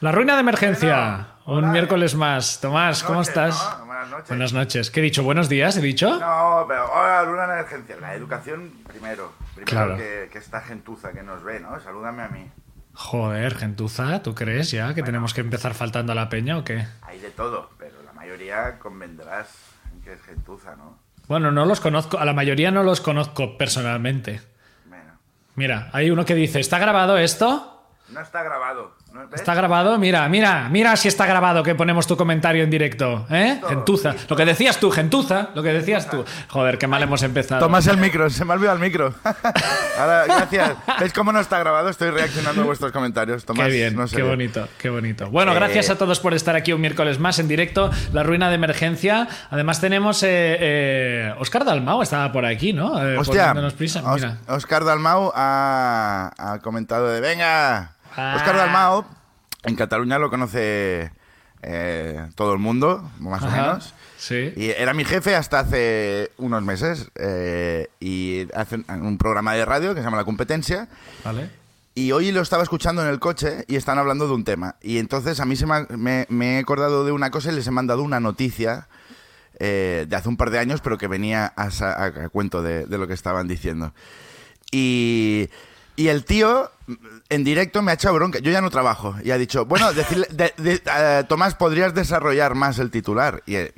La ruina de emergencia. Un Bueno, hola. miércoles más. Tomás, ¿cómo Noches, estás? ¿no? Buenas noches. Buenas noches. ¿Qué he dicho? ¿Buenos días? ¿He dicho? No, pero ahora luna de emergencia. La educación primero. Primero Claro. que, que esta gentuza que nos ve, ¿no? Salúdame a mí. Joder, gentuza, ¿tú crees ya que tenemos que empezar faltando a la peña o qué? Hay de todo, pero la mayoría convendrás en que es gentuza, ¿no? Bueno, no los conozco, a la mayoría no los conozco personalmente. Bueno. Mira, hay uno que dice, ¿está grabado esto? No está grabado. ¿no? ¿Ves? ¿Está grabado? Mira, mira, mira si está grabado que ponemos tu comentario en directo, ¿eh? Listo, Gentuza, lo que decías tú, gentuza, lo que decías tú. Joder, qué mal hemos empezado. Tomás el micro, se me ha olvidado el micro. Ahora, gracias. ¿Veis cómo no está grabado? Estoy reaccionando a vuestros comentarios, Tomás. qué bien, no sé. qué bonito, qué bonito. Bueno, Eh, gracias a todos por estar aquí un miércoles más en directo. La ruina de emergencia. Además tenemos eh, eh, Oscar Dalmau estaba por aquí, ¿no? Eh, Hostia, poniéndonos prisa. Os- Mira. Oscar Dalmau ha, ha comentado de venga. Ah. Oscar Dalmau, en Cataluña lo conoce eh, todo el mundo, más Ajá, o menos. Sí. Y era mi jefe hasta hace unos meses eh, y hace un- un programa de radio que se llama La Competencia. Vale. Y hoy lo estaba escuchando en el coche y están hablando de un tema. Y entonces a mí se me, ha- me- me he acordado de una cosa y les he mandado una noticia eh, de hace un par de años, pero que venía a, sa- a- a cuento de, de lo que estaban diciendo. Y, y el tío mm, en directo me ha echado bronca. Yo ya no trabajo. Y ha dicho, bueno, decirle- de- de- eh, Tomás, podrías desarrollar más el titular. Y eh,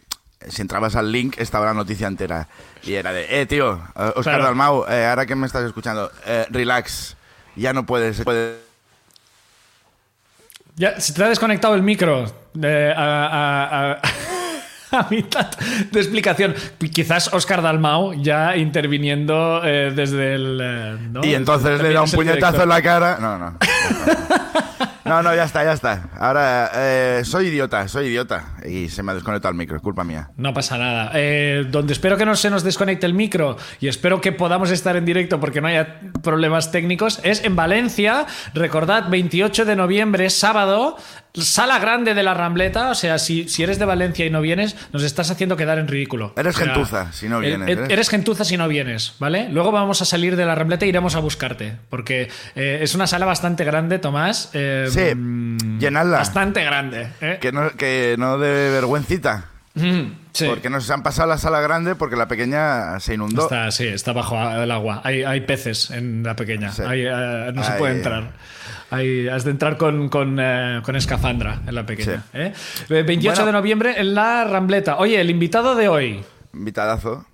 si entrabas al link estaba la noticia entera. Y era de, eh, tío, eh, Oscar Claro. Dalmau, eh, ahora que me estás escuchando, eh, relax. Ya no puedes. puedes- Ya, se te ha desconectado el micro eh, a, a- a- a mitad de explicación. Quizás Oscar Dalmau ya interviniendo eh, desde el. eh, ¿no? Y entonces También le da un es el puñetazo director. en la cara. No, no. No, no, ya está, ya está. Ahora, eh, soy idiota, soy idiota. Y se me ha desconectado el micro, es culpa mía. No pasa nada. Eh, donde espero que no se nos desconecte el micro y espero que podamos estar en directo porque no haya problemas técnicos es en Valencia. Recordad, 28 de noviembre, sábado, sala grande de la Rambleta. O sea, si, si eres de Valencia y no vienes, nos estás haciendo quedar en ridículo. Eres O sea, gentuza, si no el- vienes, ¿eh? el- eres- Eres gentuza si no vienes, ¿vale? Luego vamos a salir de la Rambleta e iremos a buscarte porque eh, es una sala bastante grande, Tomás. Eh, Sí, mm, llenadla. Bastante grande. ¿eh? Que no, que no de vergüencita. Mm, sí. Porque nos han pasado la sala grande porque la pequeña se inundó. Está, sí, está bajo el agua. Hay, hay peces en la pequeña. Sí. Hay, eh, no se Hay- puede entrar. Hay- has de entrar con, con, eh, con escafandra en la pequeña. Sí. ¿eh? Eh, 28 Bueno. de noviembre en la Rambleta. Oye, el invitado de hoy. Invitadazo.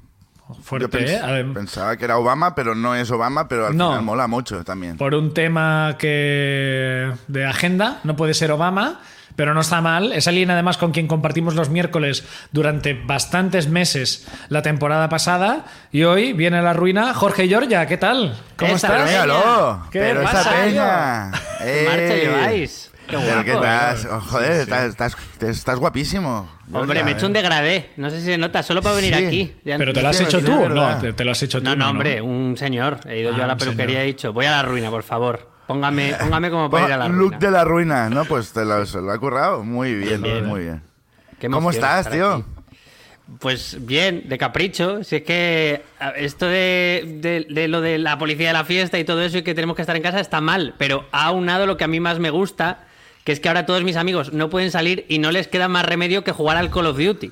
Yo Fuerte, pens- ¿eh? Adem- pensaba que era Obama, pero no es Obama, pero al No. Pues, final mola mucho también. por un tema que de agenda, no puede ser Obama, pero no está mal. Es alguien además con quien compartimos los miércoles durante bastantes meses la temporada pasada y hoy viene a la ruina Jorge Georgia, ¿qué tal? ¿Cómo ¿Qué estás? tal, Pero míralo, ¿Qué pero pasa, esa peña. ¿Qué marcha ¡Ey! lleváis? Qué Eh, Pero guapo. que estás, oh, joder, Estás, estás- estás guapísimo. Hombre, me he hecho un degradé. No sé si se nota, solo para venir Sí. aquí. Ya- Pero te lo has Sí, hecho sí, tú, es ¿o verdad. no, te, te lo has hecho tú. No, no, hombre, un señor. He ido Ah, yo a la un peluquería señor. y he dicho, voy a la ruina, por favor. Póngame, póngame como para ir a la Look ruina. de la ruina, ¿no? Pues te lo, se lo ha currado. Muy bien, Pues Bien, bien. muy bien. Qué ¿Cómo emoción estás, estar tío? aquí. Pues bien, de capricho. Si es que a- esto de, de- de lo de la policía de la fiesta y todo eso y que tenemos que estar en casa está mal, pero ha aunado lo que a mí más me gusta, que es que ahora todos mis amigos no pueden salir y no les queda más remedio que jugar al Call of Duty.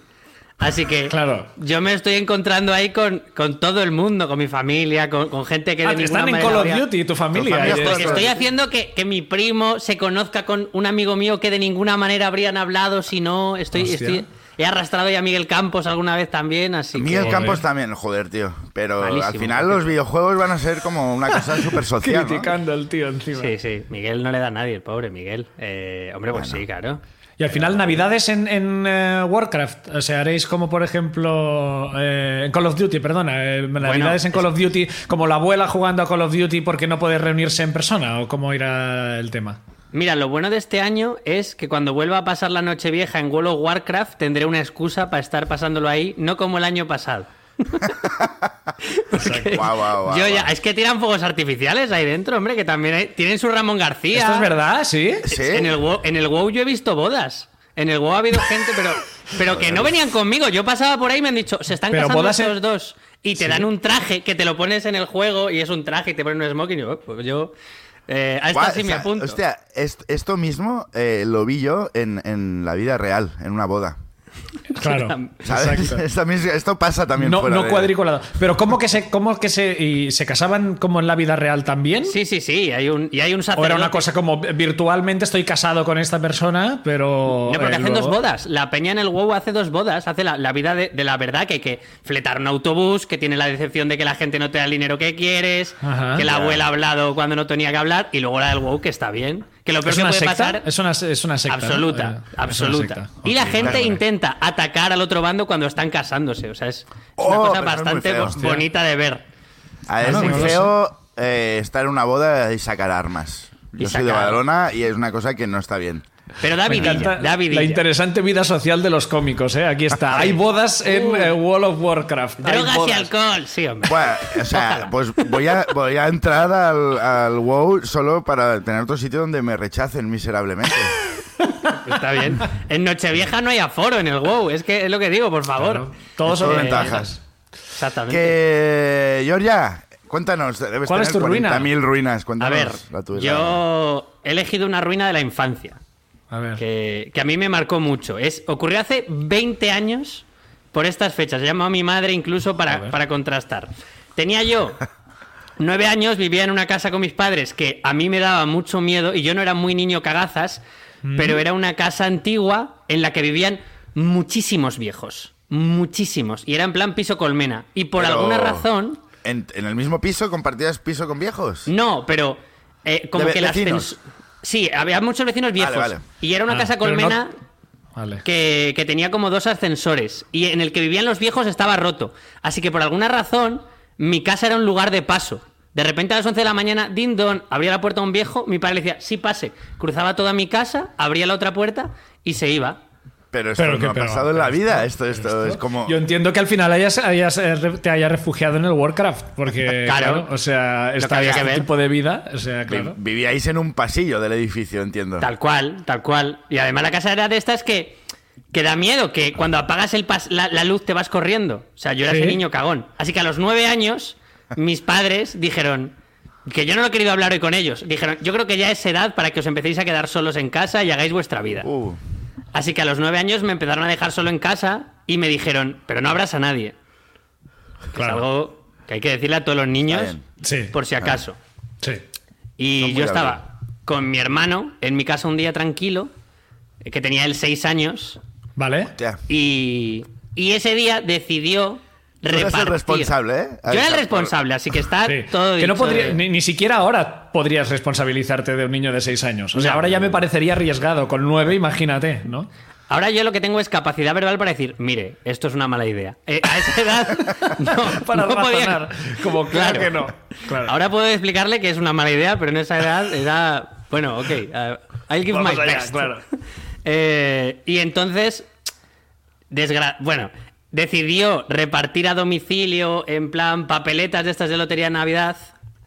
Así que Claro. yo me estoy encontrando ahí con, con todo el mundo, con mi familia, con, con gente que Ah, de que ninguna están en manera Call of habría- Duty, tu familia. familia y está- esto. Estoy, estoy haciendo que, que mi primo se conozca con un amigo mío que de ninguna manera habrían hablado si no. Estoy, Hostia. estoy- he arrastrado ya a Miguel Campos alguna vez también, así Miguel que. Joder. Campos también, joder, tío. Pero al Malísimo, final tío. los videojuegos van a ser como una cosa súper social. ¿no? Criticando al tío encima. Sí, sí, Miguel no le da a nadie, el pobre Miguel. Eh, hombre, pues sí, claro. Y al final, Navidades en, en, eh, Warcraft. O sea, haréis como, por ejemplo, eh, en Call of Duty, perdona. eh, Navidades en Call of Duty, como la abuela jugando a Call of Duty porque no puede reunirse en persona. ¿O cómo irá el tema? Mira, lo bueno de este año es que cuando vuelva a pasar la noche vieja en World of Warcraft tendré una excusa para estar pasándolo ahí, no como el año pasado. Porque Guau, guau, guau, yo ya- guau. es que tiran fuegos artificiales ahí dentro, hombre, que también hay- tienen su Ramón García. ¿Esto es verdad? ¿Sí? Sí. En el, WoW, en el WoW yo he visto bodas. En el WoW ha habido gente, pero, pero que no venían conmigo. Yo pasaba por ahí y me han dicho, se están Pero casando bodas en- estos dos. Y te dan un traje que te lo pones en el juego y es un traje y te ponen un smoking. Y yo, "Oh, pues yo Eh, a esta Guau, sí o me sea, apunto. Hostia, est- esto mismo eh, lo vi yo en, en la vida real, en una boda. Claro. ¿Sabes? Exacto. Esta mis- esto pasa también No, fuera no de- cuadriculado. Pero ¿cómo que se, cómo que se, y se casaban como en la vida real también? Sí, sí, sí. Hay un, y hay un O sacerdote. era una cosa como virtualmente estoy casado con esta persona, pero. No, pero eh, que hacen dos luego- bodas. La peña en el huevo hace dos bodas. Hace la, la vida de, de la verdad, que hay que fletar un autobús, que tiene la decepción de que la gente no te da el dinero que quieres, Ajá. que la Ya. abuela ha hablado cuando no tenía que hablar, y luego la del huevo, que está bien. Que lo peor ¿Es que una, puede secta? pasar... es una Es una secta. ¿no? absoluta, Eh, es una absoluta. secta. Y la Ok, gente vale, vale. intenta atacar al otro bando cuando están casándose. O sea, es, es una Oh, pero cosa es muy bastante feo, bo- hostia. bonita de ver. Ah, es No, muy no lo feo eh, estar en una boda y sacar armas. Y Yo soy de sacar- Badalona y es una cosa que no está bien. Pero Me David, encanta David, la interesante vida social de los cómicos, ¿eh? Aquí está. Hay bodas en Uh. eh, World of Warcraft. Hay drogas y bodas. alcohol, sí, hombre. Bueno, o sea, pues voy a, voy a entrar al, al WoW solo para tener otro sitio donde me rechacen miserablemente. Está bien. En Nochevieja no hay aforo en el WoW. Es que es lo que digo, por favor. Claro. Todos son Eh, ventajas. Exactamente. que, Georgia, cuéntanos, debes ¿Cuál es tener tu ruina? 40.000 ruinas. A Cuéntanos ver, la tuya. yo he elegido una ruina de la infancia A ver. que, que a mí me marcó mucho. Es, ocurrió hace 20 años por estas fechas. Llamó a mi madre incluso para, para contrastar. Tenía yo nueve años, vivía en una casa con mis padres que a mí me daba mucho miedo y yo no era muy niño cagazas, Mm. pero era una casa antigua en la que vivían muchísimos viejos. Muchísimos. Y era en plan piso colmena. Y por Pero- alguna razón... Mm. ¿En, en el mismo piso compartías piso con viejos? No, pero eh, como De ve- que las vecinos. Sí, había muchos vecinos viejos. vale. Y era una Ah, casa pero no- colmena Vale. que, que tenía como dos ascensores. Y en el que vivían los viejos estaba roto. Así que por alguna razón, mi casa era un lugar de paso. De repente a las 11 de la mañana, Din Don abría la puerta a un viejo, mi padre le decía, sí pase. Cruzaba toda mi casa, abría la otra puerta y se iba. Pero esto Pero no que- ha pero- pasado en la pero vida. Esto, esto, es como. Yo entiendo que al final hayas, hayas, eh, re- te hayas refugiado en el Warcraft, porque. Claro. claro, o sea, Lo que está había que este ver. tipo de vida. O sea, vi- claro. Vivíais en un pasillo del edificio, entiendo. Tal cual, tal cual. Y además la casa era de estas que, que da miedo, que cuando apagas el pas- la, la luz te vas corriendo. O sea, yo era ese Sí. niño cagón. Así que a los nueve años, mis padres dijeron, que yo no lo he querido hablar hoy con ellos, dijeron, yo creo que ya es edad para que os empecéis a quedar solos en casa y hagáis vuestra vida. Uh, Así que a los nueve años me empezaron a dejar solo en casa y me dijeron, pero no abras a nadie. Que Claro. Es algo que hay que decirle a todos los niños, bien. Sí. por si acaso. Sí. Y Son muy yo estaba hábiles. con mi hermano en mi casa un día tranquilo, eh, que tenía él seis años, Vale. ya. y, y ese día decidió eras el repartir. responsable, ¿eh? Yo era el Ahí- responsable, así que está Sí. Ah, todo que no dicho eh. podría- de- ni, ni siquiera ahora podrías responsabilizarte de un niño de 6 años. O sea, No. ahora ya me parecería arriesgado. Con 9, imagínate, ¿no? Ahora yo lo que tengo es capacidad verbal para decir, mire, esto es una mala idea. Eh, a esa edad no, Para no podía- razonar. Como claro, que no. Claro. Ahora puedo explicarle que es una mala idea, pero en esa edad era. Bueno, ok. uh, I'll give Vamos my allá, best. claro. Eh, y entonces. desgra- bueno, decidió repartir a domicilio, en plan, papeletas de estas de Lotería de Navidad,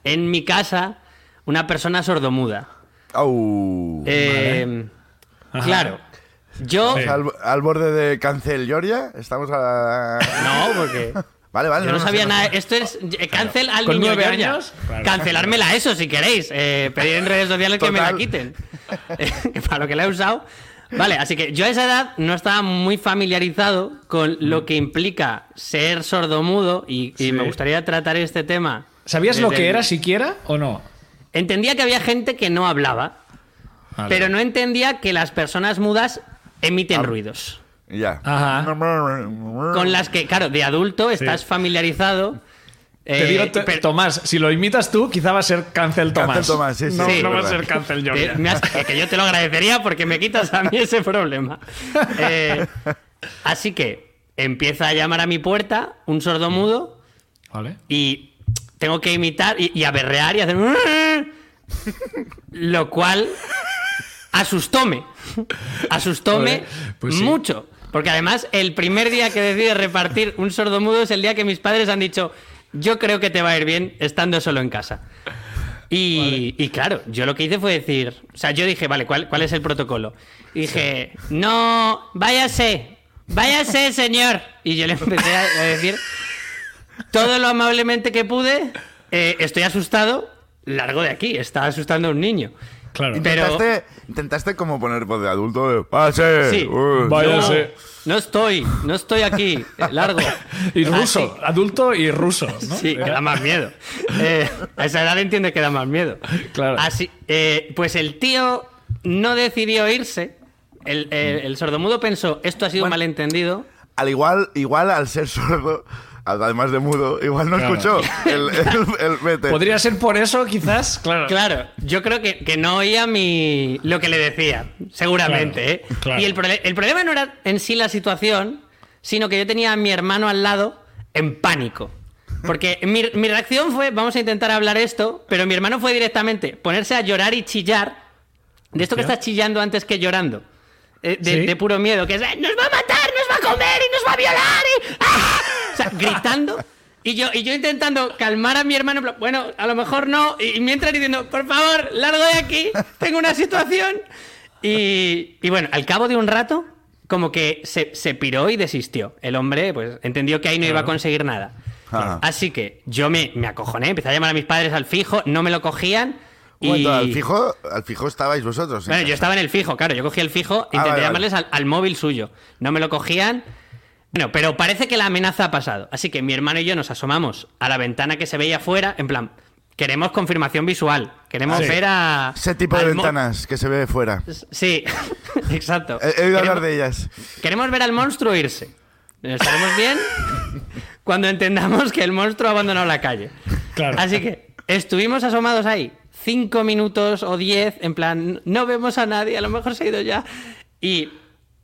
en mi casa, una persona sordomuda. Au. Eh, Ajá. Claro. Yo. Sí. al, al borde de cancel Georgia, estamos a. No, porque. Vale, vale. Yo no sabía sé, nada. Esto es eh, cancel al Oh, ¿Con niño nueve Georgia. años? Claro. Cancelármela eso si queréis. Eh, pedir en redes sociales que me la Total. quiten. Eh, Para lo que la he usado. Vale, así que yo a esa edad no estaba muy familiarizado con lo que implica ser sordomudo y, y Mm. Sí. me gustaría tratar este tema. ¿Sabías lo desde que el- era siquiera o no? Entendía que había gente que no hablaba, Vale. Ah. pero no entendía que las personas mudas emiten ruidos. Ya. Ajá. Con las que, claro, de adulto estás familiarizado. Te eh, digo, te- pero- Tomás, si lo imitas tú, quizá va a ser cancel Tomás. Cancel Tomás, sí, sí, No, sí, no va a verdad. ser cancel Que, Georgia. me has- que yo te lo agradecería porque me quitas a mí ese problema. Eh, así que empieza a llamar a mi puerta un sordo mudo Vale. y tengo que imitar y, y aberrear y hacer. Lo cual asustóme. Asustóme Joder, pues sí. mucho. Porque además, el primer día que decides repartir un sordo mudo es el día que mis padres han dicho: Yo creo que te va a ir bien estando solo en casa. Y, y claro, yo lo que hice fue decir, o sea, yo dije, vale, ¿cuál, cuál es el protocolo? Y dije, no, váyase, váyase, señor. Y yo le empecé a, a decir todo lo amablemente que pude, eh, estoy asustado, largo de aquí, está asustando a un niño. Claro. Pero- Intentaste, intentaste como poner voz de adulto de pase. Sí. uy". Vaya, no, sí. no estoy, no estoy aquí, eh, largo. Y ruso, Así. adulto y ruso. ¿no? Ah, Sí, que Era- da más miedo. Eh, a esa edad entiendes que da más miedo. Claro. Así, eh, pues el tío no decidió irse. El, el- el sordomudo pensó, esto ha sido un Bueno. malentendido. Al igual, igual al ser sordo, además de mudo, igual no Claro. escuchó el, el- el vete. Podría ser por eso, quizás, claro. Claro, yo creo que, que no oía mi, lo que le decía, seguramente. Claro, ¿eh? claro. Y el, prole- el problema no era en sí la situación, sino que yo tenía a mi hermano al lado en pánico. Porque mi, mi reacción fue, vamos a intentar hablar esto, pero mi hermano fue directamente ponerse a llorar y chillar, de esto que Hostia. estás chillando antes que llorando. eh, De, Sí. de puro miedo, que es, "Eh, nos va a matar, nos va a comer y nos va a violar. y- ¡Ah!". O sea, gritando. Y yo, y yo intentando calmar a mi hermano, en plan, bueno, a lo mejor no. Y, y mientras diciendo, por favor, largo de aquí, tengo una situación. Y, y bueno, al cabo de un rato, como que se, se piró y desistió. El hombre, pues, entendió que ahí no iba a conseguir nada. Ajá. Así que yo me, me acojoné, empecé a llamar a mis padres al fijo, no me lo cogían. Y... Bueno, al fijo, al fijo estabais vosotros. ¿eh? en Bueno, casa. yo estaba en el fijo, claro. Yo cogí el fijo, intenté Ah, vale, vale. llamarles al, al móvil suyo. No me lo cogían. Bueno, pero parece que la amenaza ha pasado. Así que mi hermano y yo nos asomamos a la ventana que se veía afuera, en plan, queremos confirmación visual. Queremos Sí. ver a. Ese tipo de al mo- ventanas que se ve de fuera. Sí, exacto. He, he oído hablar Queremos- de ellas. Queremos ver al monstruo irse. Estaremos bien cuando entendamos que el monstruo ha abandonado la calle. Claro. Así que estuvimos asomados ahí cinco minutos o diez, en plan, no vemos a nadie, a lo mejor se ha ido ya. Y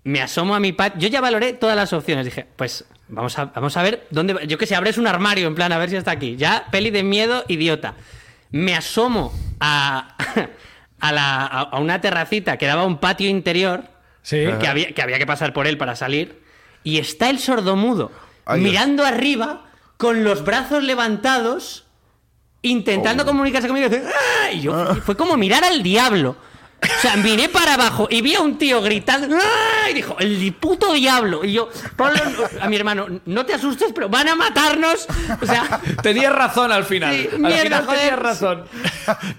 me asomo a mi patio. Yo ya valoré todas las opciones. Dije, pues vamos a, vamos a ver dónde. va- Yo que sé, abres un armario, en plan, a ver si está aquí. Ya, peli de miedo, idiota. Me asomo a, a, la- a- a una terracita que daba a un patio interior Sí. que había, que había que pasar por él para salir. Y está el sordomudo Ay, Dios. mirando arriba, con los brazos levantados, intentando Oh. comunicarse conmigo. ¡Ah! Y yo, fue como mirar al diablo. O sea, miré para abajo y vi a un tío gritando ¡Ah! y dijo, el puto diablo. Y yo, Pablo, a mi hermano, no te asustes, pero van a matarnos. O sea, Tenías razón al final. Sí, al mierda, final joder. tenías razón.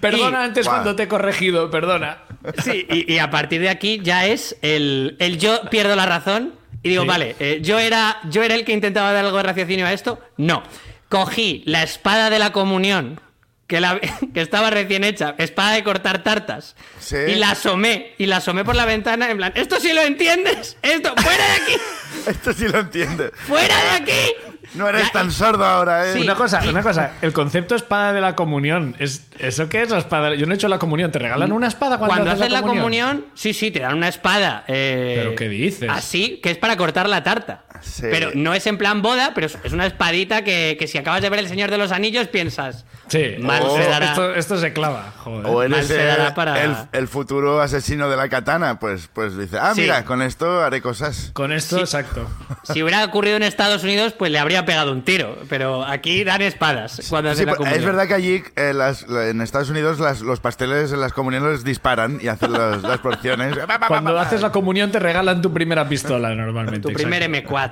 perdona Y- antes Guau. cuando te he corregido, perdona. Sí, y, y a partir de aquí ya es el, el yo pierdo la razón y digo, Sí. vale, eh, yo, era, yo era el que intentaba dar algo de raciocinio a esto. No, cogí la espada de la comunión, que, la, que estaba recién hecha, espada de cortar tartas, Sí. y la asomé, y la asomé por la ventana en plan, esto sí lo entiendes, esto, fuera de aquí, Esto sí lo entiende. fuera de aquí. No eres Ya, tan sordo ahora, ¿eh? Sí. Una cosa, una cosa. El concepto espada de la comunión. ¿Es, ¿Eso qué es la espada? Yo no he hecho la comunión. ¿Te regalan una espada cuando, Cuando haces la comunión, sí, sí, te dan una espada. eh, ¿Pero qué dices? Así, que es para cortar la tarta. Sí. Pero no es en plan boda, pero es es una espadita que, que si acabas de ver El Señor de los Anillos piensas. Sí. Mal Oh, Esto- se dará. Esto, esto se clava, joder. O Mal eres se eh, dará para- el, el futuro asesino de la katana. Pues, pues dice, ah, Sí. mira, con esto haré cosas. Con esto, Sí. exacto. Si hubiera ocurrido en Estados Unidos, pues le habría pegado un tiro. Pero aquí dan espadas cuando Sí, hacen la pero comunión. es verdad que allí eh, las- la- en Estados Unidos las- los pasteles en las comuniones disparan y hacen las, las porciones. Cuando haces la comunión te regalan tu primera pistola normalmente. Tu exacto. primer M4.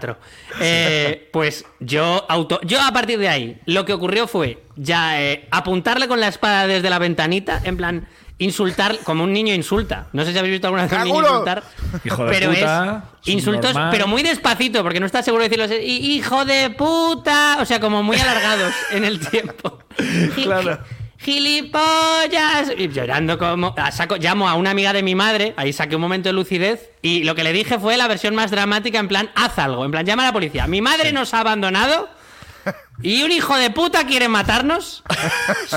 Eh, pues yo auto. Yo a partir de ahí, lo que ocurrió fue ya eh, apuntarle con la espada desde la ventanita, en plan, insultar, como un niño insulta. No sé si habéis visto alguna vez a un niño ¡Cagulo! insultar. Hijo de pero puta, es insultos, subnormal. pero muy despacito, porque no estás seguro de decirlo. es, "Hi- Hijo de puta. O sea, como muy alargados en el tiempo. Gi- Claro. ¡Gilipollas! Y llorando como. a saco- llamo a una amiga de mi madre, ahí saqué un momento de lucidez, y lo que le dije fue la versión más dramática, en plan, haz algo, en plan, llama a la policía. Mi madre nos ha abandonado y un hijo de puta quiere matarnos.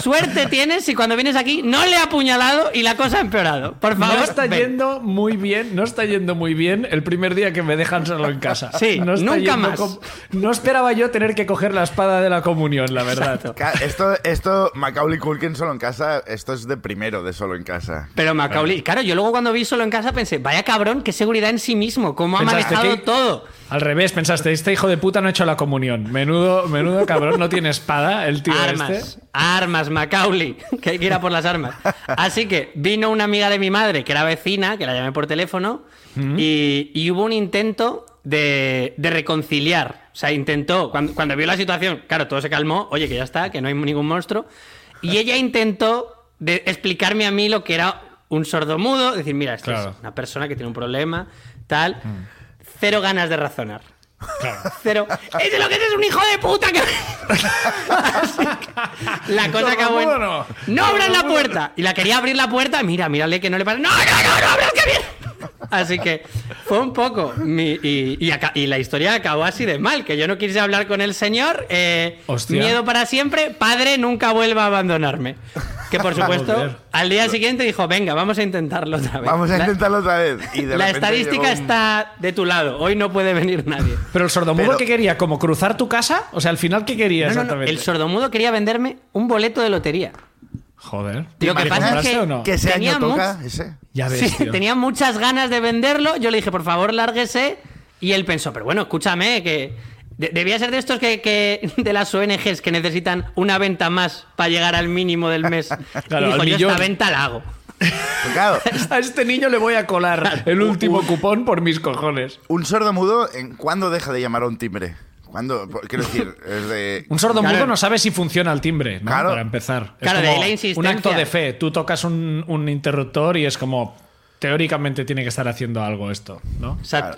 Suerte tienes si cuando vienes aquí no le ha apuñalado y la cosa ha empeorado. Por favor. No está ven". yendo muy bien, no está yendo muy bien el primer día que me dejan solo en casa. Sí, no está nunca yendo más. com- No esperaba yo tener que coger la espada de la comunión, la verdad. Ca- Esto, esto, Macaulay Culkin solo en casa, esto es de primero de solo en casa. Pero Macaulay, claro, yo luego cuando vi solo en casa pensé, vaya cabrón, qué seguridad en sí mismo, cómo ha Pensaste manejado que- todo. Al revés, pensaste, este hijo de puta no ha hecho la comunión. Menudo, menudo cabrón, no tiene espada el tío armas, este. armas, Macaulay, que hay que ir a por las armas. Así que vino una amiga de mi madre, que era vecina, que la llamé por teléfono, Mm. y, y hubo un intento de, de reconciliar. O sea, intentó, cuando, cuando vio la situación, claro, todo se calmó, oye, que ya está, que no hay ningún monstruo. Y ella intentó de explicarme a mí lo que era un sordomudo, decir, mira, esto Claro. Mm. es una persona que tiene un problema, tal. Cero ganas de razonar. Cero. ¡Ese es lo que es, es un hijo de puta! Que... Así que la cosa acabó en... ¿Sordomudo no? ¡No abras la puerta! Y la quería abrir la puerta, mira, mírale que no le pasa... ¡No, no, no, no abras que viene! Así que fue un poco. mi- y, y aca- y la historia acabó así de mal, que yo no quise hablar con el señor. eh, Hostia. miedo para siempre, padre nunca vuelva a abandonarme. Que por Joder. supuesto, al día siguiente dijo, venga, vamos a intentarlo otra vez. Vamos a La- intentarlo otra vez. Y de La, repente estadística llegó un- está de tu lado, hoy no puede venir nadie. Pero el sordomudo Pero- que quería, como cruzar tu casa, o sea, al final, ¿qué quería No, no, no, exactamente? El sordomudo quería venderme un boleto de lotería. Joder. Lo que imaginas pasa es que, o no? ¿Qué ese tenía año mu- toca? Ese. Ya ves, sí, tío. tenía muchas ganas de venderlo. Yo le dije, por favor, lárguese. Y él pensó, pero bueno, escúchame, que de- debía ser de estos que, que- de las ONGs que necesitan una venta más para llegar al mínimo del mes. Claro, y dijo, al yo millón". esta venta la hago. Pero Pues Claro, A este niño le voy a colar Uh, el último cupón por mis cojones. un sordo mudo, ¿en cuándo deja de llamar a un timbre? ¿Cuándo? Por- Quiero decir, es de. Un sordomudo Claro. no sabe si funciona el timbre, ¿no? Claro. Para empezar. Es Claro, de como ahí la insistencia. Un acto de fe. Tú tocas un, un interruptor y es como. Teóricamente tiene que estar haciendo algo esto, ¿no? O sea, Claro,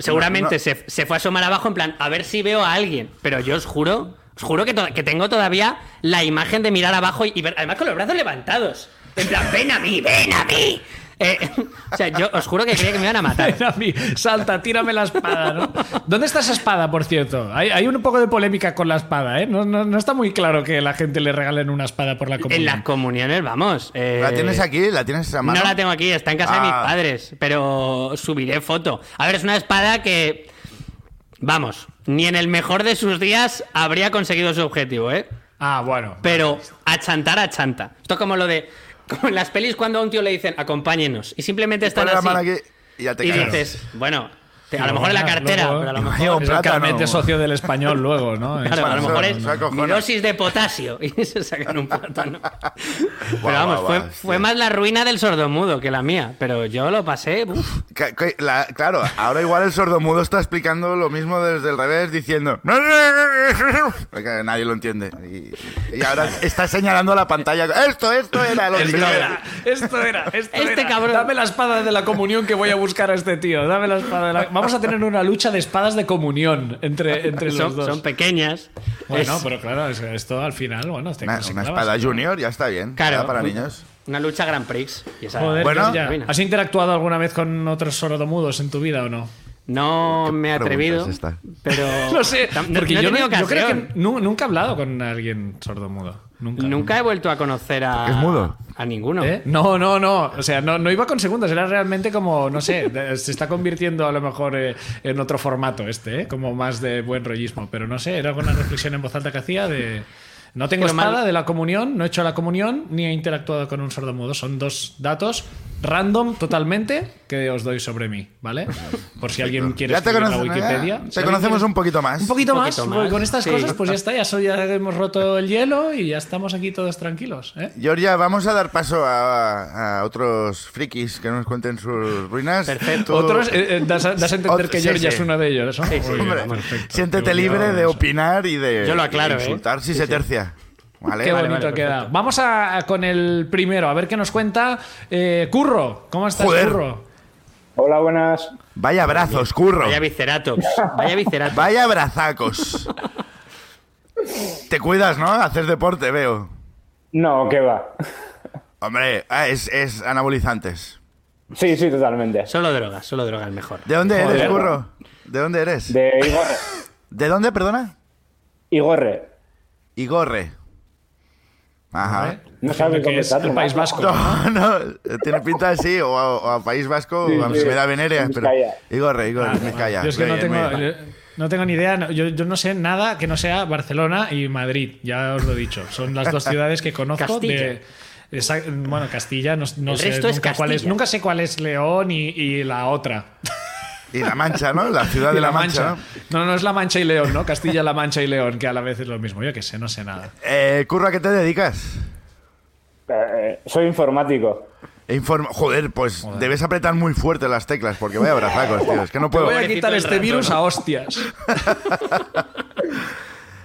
no- seguramente no- Se, se fue a asomar abajo en plan, a ver si veo a alguien. Pero yo os juro, os juro que, to- que tengo todavía la imagen de mirar abajo y, y ver, además con los brazos levantados. En plan, ven a mí, ven a mí. Eh, o sea, yo os juro que creía que me iban a matar. Ven a mí, salta, tírame la espada, ¿no? ¿Dónde está esa espada, por cierto? Hay, hay un poco de polémica con la espada, ¿eh? No, no- no está muy claro que la gente le regalen una espada por la comunión. En las comuniones, vamos. eh, ¿La tienes aquí? ¿La tienes a mano? No la tengo aquí, está en casa de mis Ah. padres, pero subiré foto. A ver, es una espada que, vamos, ni en el mejor de sus días habría conseguido su objetivo, ¿eh? Ah, bueno. Pero achantar, achanta. Esto es como lo de, como en las pelis cuando a un tío le dicen, acompáñenos, y simplemente están Pon la así, mano aquí y ya te y cagas. dices, bueno, te- a lo mejor en la Luego, cartera, luego, pero a lo luego, mejor... Un Es el plátano. carnet de socio del español luego, ¿no? Claro, a lo Eso, mejor eso es mi acojona. dosis de potasio y se sacan un plátano. pero Guau, vamos, guau, fue, guau, fue sí. más la ruina del sordomudo que la mía, pero yo lo pasé. uf. Ca- ca- la- claro, ahora igual el sordomudo está explicando lo mismo desde el revés, diciendo. "No, no, no, no, no", porque Nadie lo entiende. Y, y ahora está señalando a la pantalla. Esto, esto era lo que Esto quería". era, esto era, esto Este era. cabrón. Dame la espada de la comunión que voy a buscar a este tío. Dame la espada de la... Vamos a tener una lucha de espadas de comunión entre, entre los son, dos. son pequeñas. bueno, Es- pero claro, es- esto al final, bueno, te- Una, se una clavas. espada junior, ya está bien. Claro. Era para niños. Una lucha Grand Prix. y esa- Joder, Bueno. ya. Ruina. ¿has interactuado alguna vez con otros sordomudos en tu vida o no? No ¿Qué me he atrevido. preguntas esta? Pero. No sé, tam- porque no he yo, tenido no- yo creo que ocasión. nu- nunca he hablado con alguien sordomudo. Nunca. Nunca he vuelto a conocer a. ¿Porque es mudo? A ninguno. ¿Eh? No, no, no. O sea, no, no iba con segundas. Era realmente como, no sé, de- se está convirtiendo a lo mejor eh, en otro formato este, ¿eh? como más de buen rollismo. Pero no sé, era alguna reflexión en voz alta que hacía de. No tengo Pero mal- espada de la comunión, no he hecho la comunión, ni he interactuado con un sordomudo. Son dos datos random totalmente que os doy sobre mí, ¿¿vale? Por si alguien quiere Ya te, escribir conoce- la Wikipedia. ya, Si te alguien conocemos quiere- un poquito más. un poquito, Un más, poquito porque más, con estas sí. cosas, pues ya está, ya, soy- ya hemos roto el hielo y ya estamos aquí todos tranquilos. ¿eh? Georgia, vamos a dar paso a, a otros frikis que nos cuenten sus ruinas. Perfecto. Tú- Otros, eh, eh, das, a- das a entender Ot- que sí, Georgia sí. es uno de ellos, ¿no? Sí, sí. Muy bien, Hombre, perfecto. siéntete Qué bonito, libre de vamos a- opinar y de Yo lo aclaro, de ¿eh? insultar si se tercia. Vale, Qué vale, bonito vale, ha quedado. Vamos a, a con el primero, a ver qué nos cuenta. Eh, Curro, ¿cómo estás, Joder. Curro? Hola, buenas. Vaya brazos, curro. Vaya Viceratops. Vaya Viceratops. Vaya brazacos. Te cuidas, ¿no? Hacer deporte, veo. No, ¿qué va? Hombre, ah, es, es anabolizantes. Sí, sí, totalmente. Solo drogas, solo drogas mejor. ¿De dónde Joder. eres, curro? ¿De dónde eres? De Igorre. ¿De dónde, perdona? Igorre. Igorre. Ajá. ¿Eh? No sabe Que es contestar. el País Vasco. No, no, tiene pinta así, o a, o a País Vasco, Sí, o a sí. Enfermedad Venerea. Pero... Vizcaya. Igorre, Igorre, Vizcaya. Yo es que Muy no bien, tengo, muy bien. eh, no tengo ni idea, no- yo, yo no sé nada que no sea Barcelona y Madrid, ya os lo he dicho. Son las dos ciudades que conozco Castilla. de... esa- bueno, Castilla, no, no El sé resto es nunca cuál es. Castilla. Nunca sé cuál es León y, y la otra. Y La Mancha, ¿no? La ciudad de Y La Mancha, ¿no? ¿no? no, es La Mancha y León, ¿no? Castilla, La Mancha y León, que a la vez es lo mismo. Yo que sé, no sé nada. Eh, Curro, ¿a qué te dedicas? Eh, soy informático. Informa... Joder, pues debes apretar muy fuerte las teclas, porque vaya brazacos, tío. Es que no Te puedo. voy este a quitar el este rato, virus ¿no? a hostias.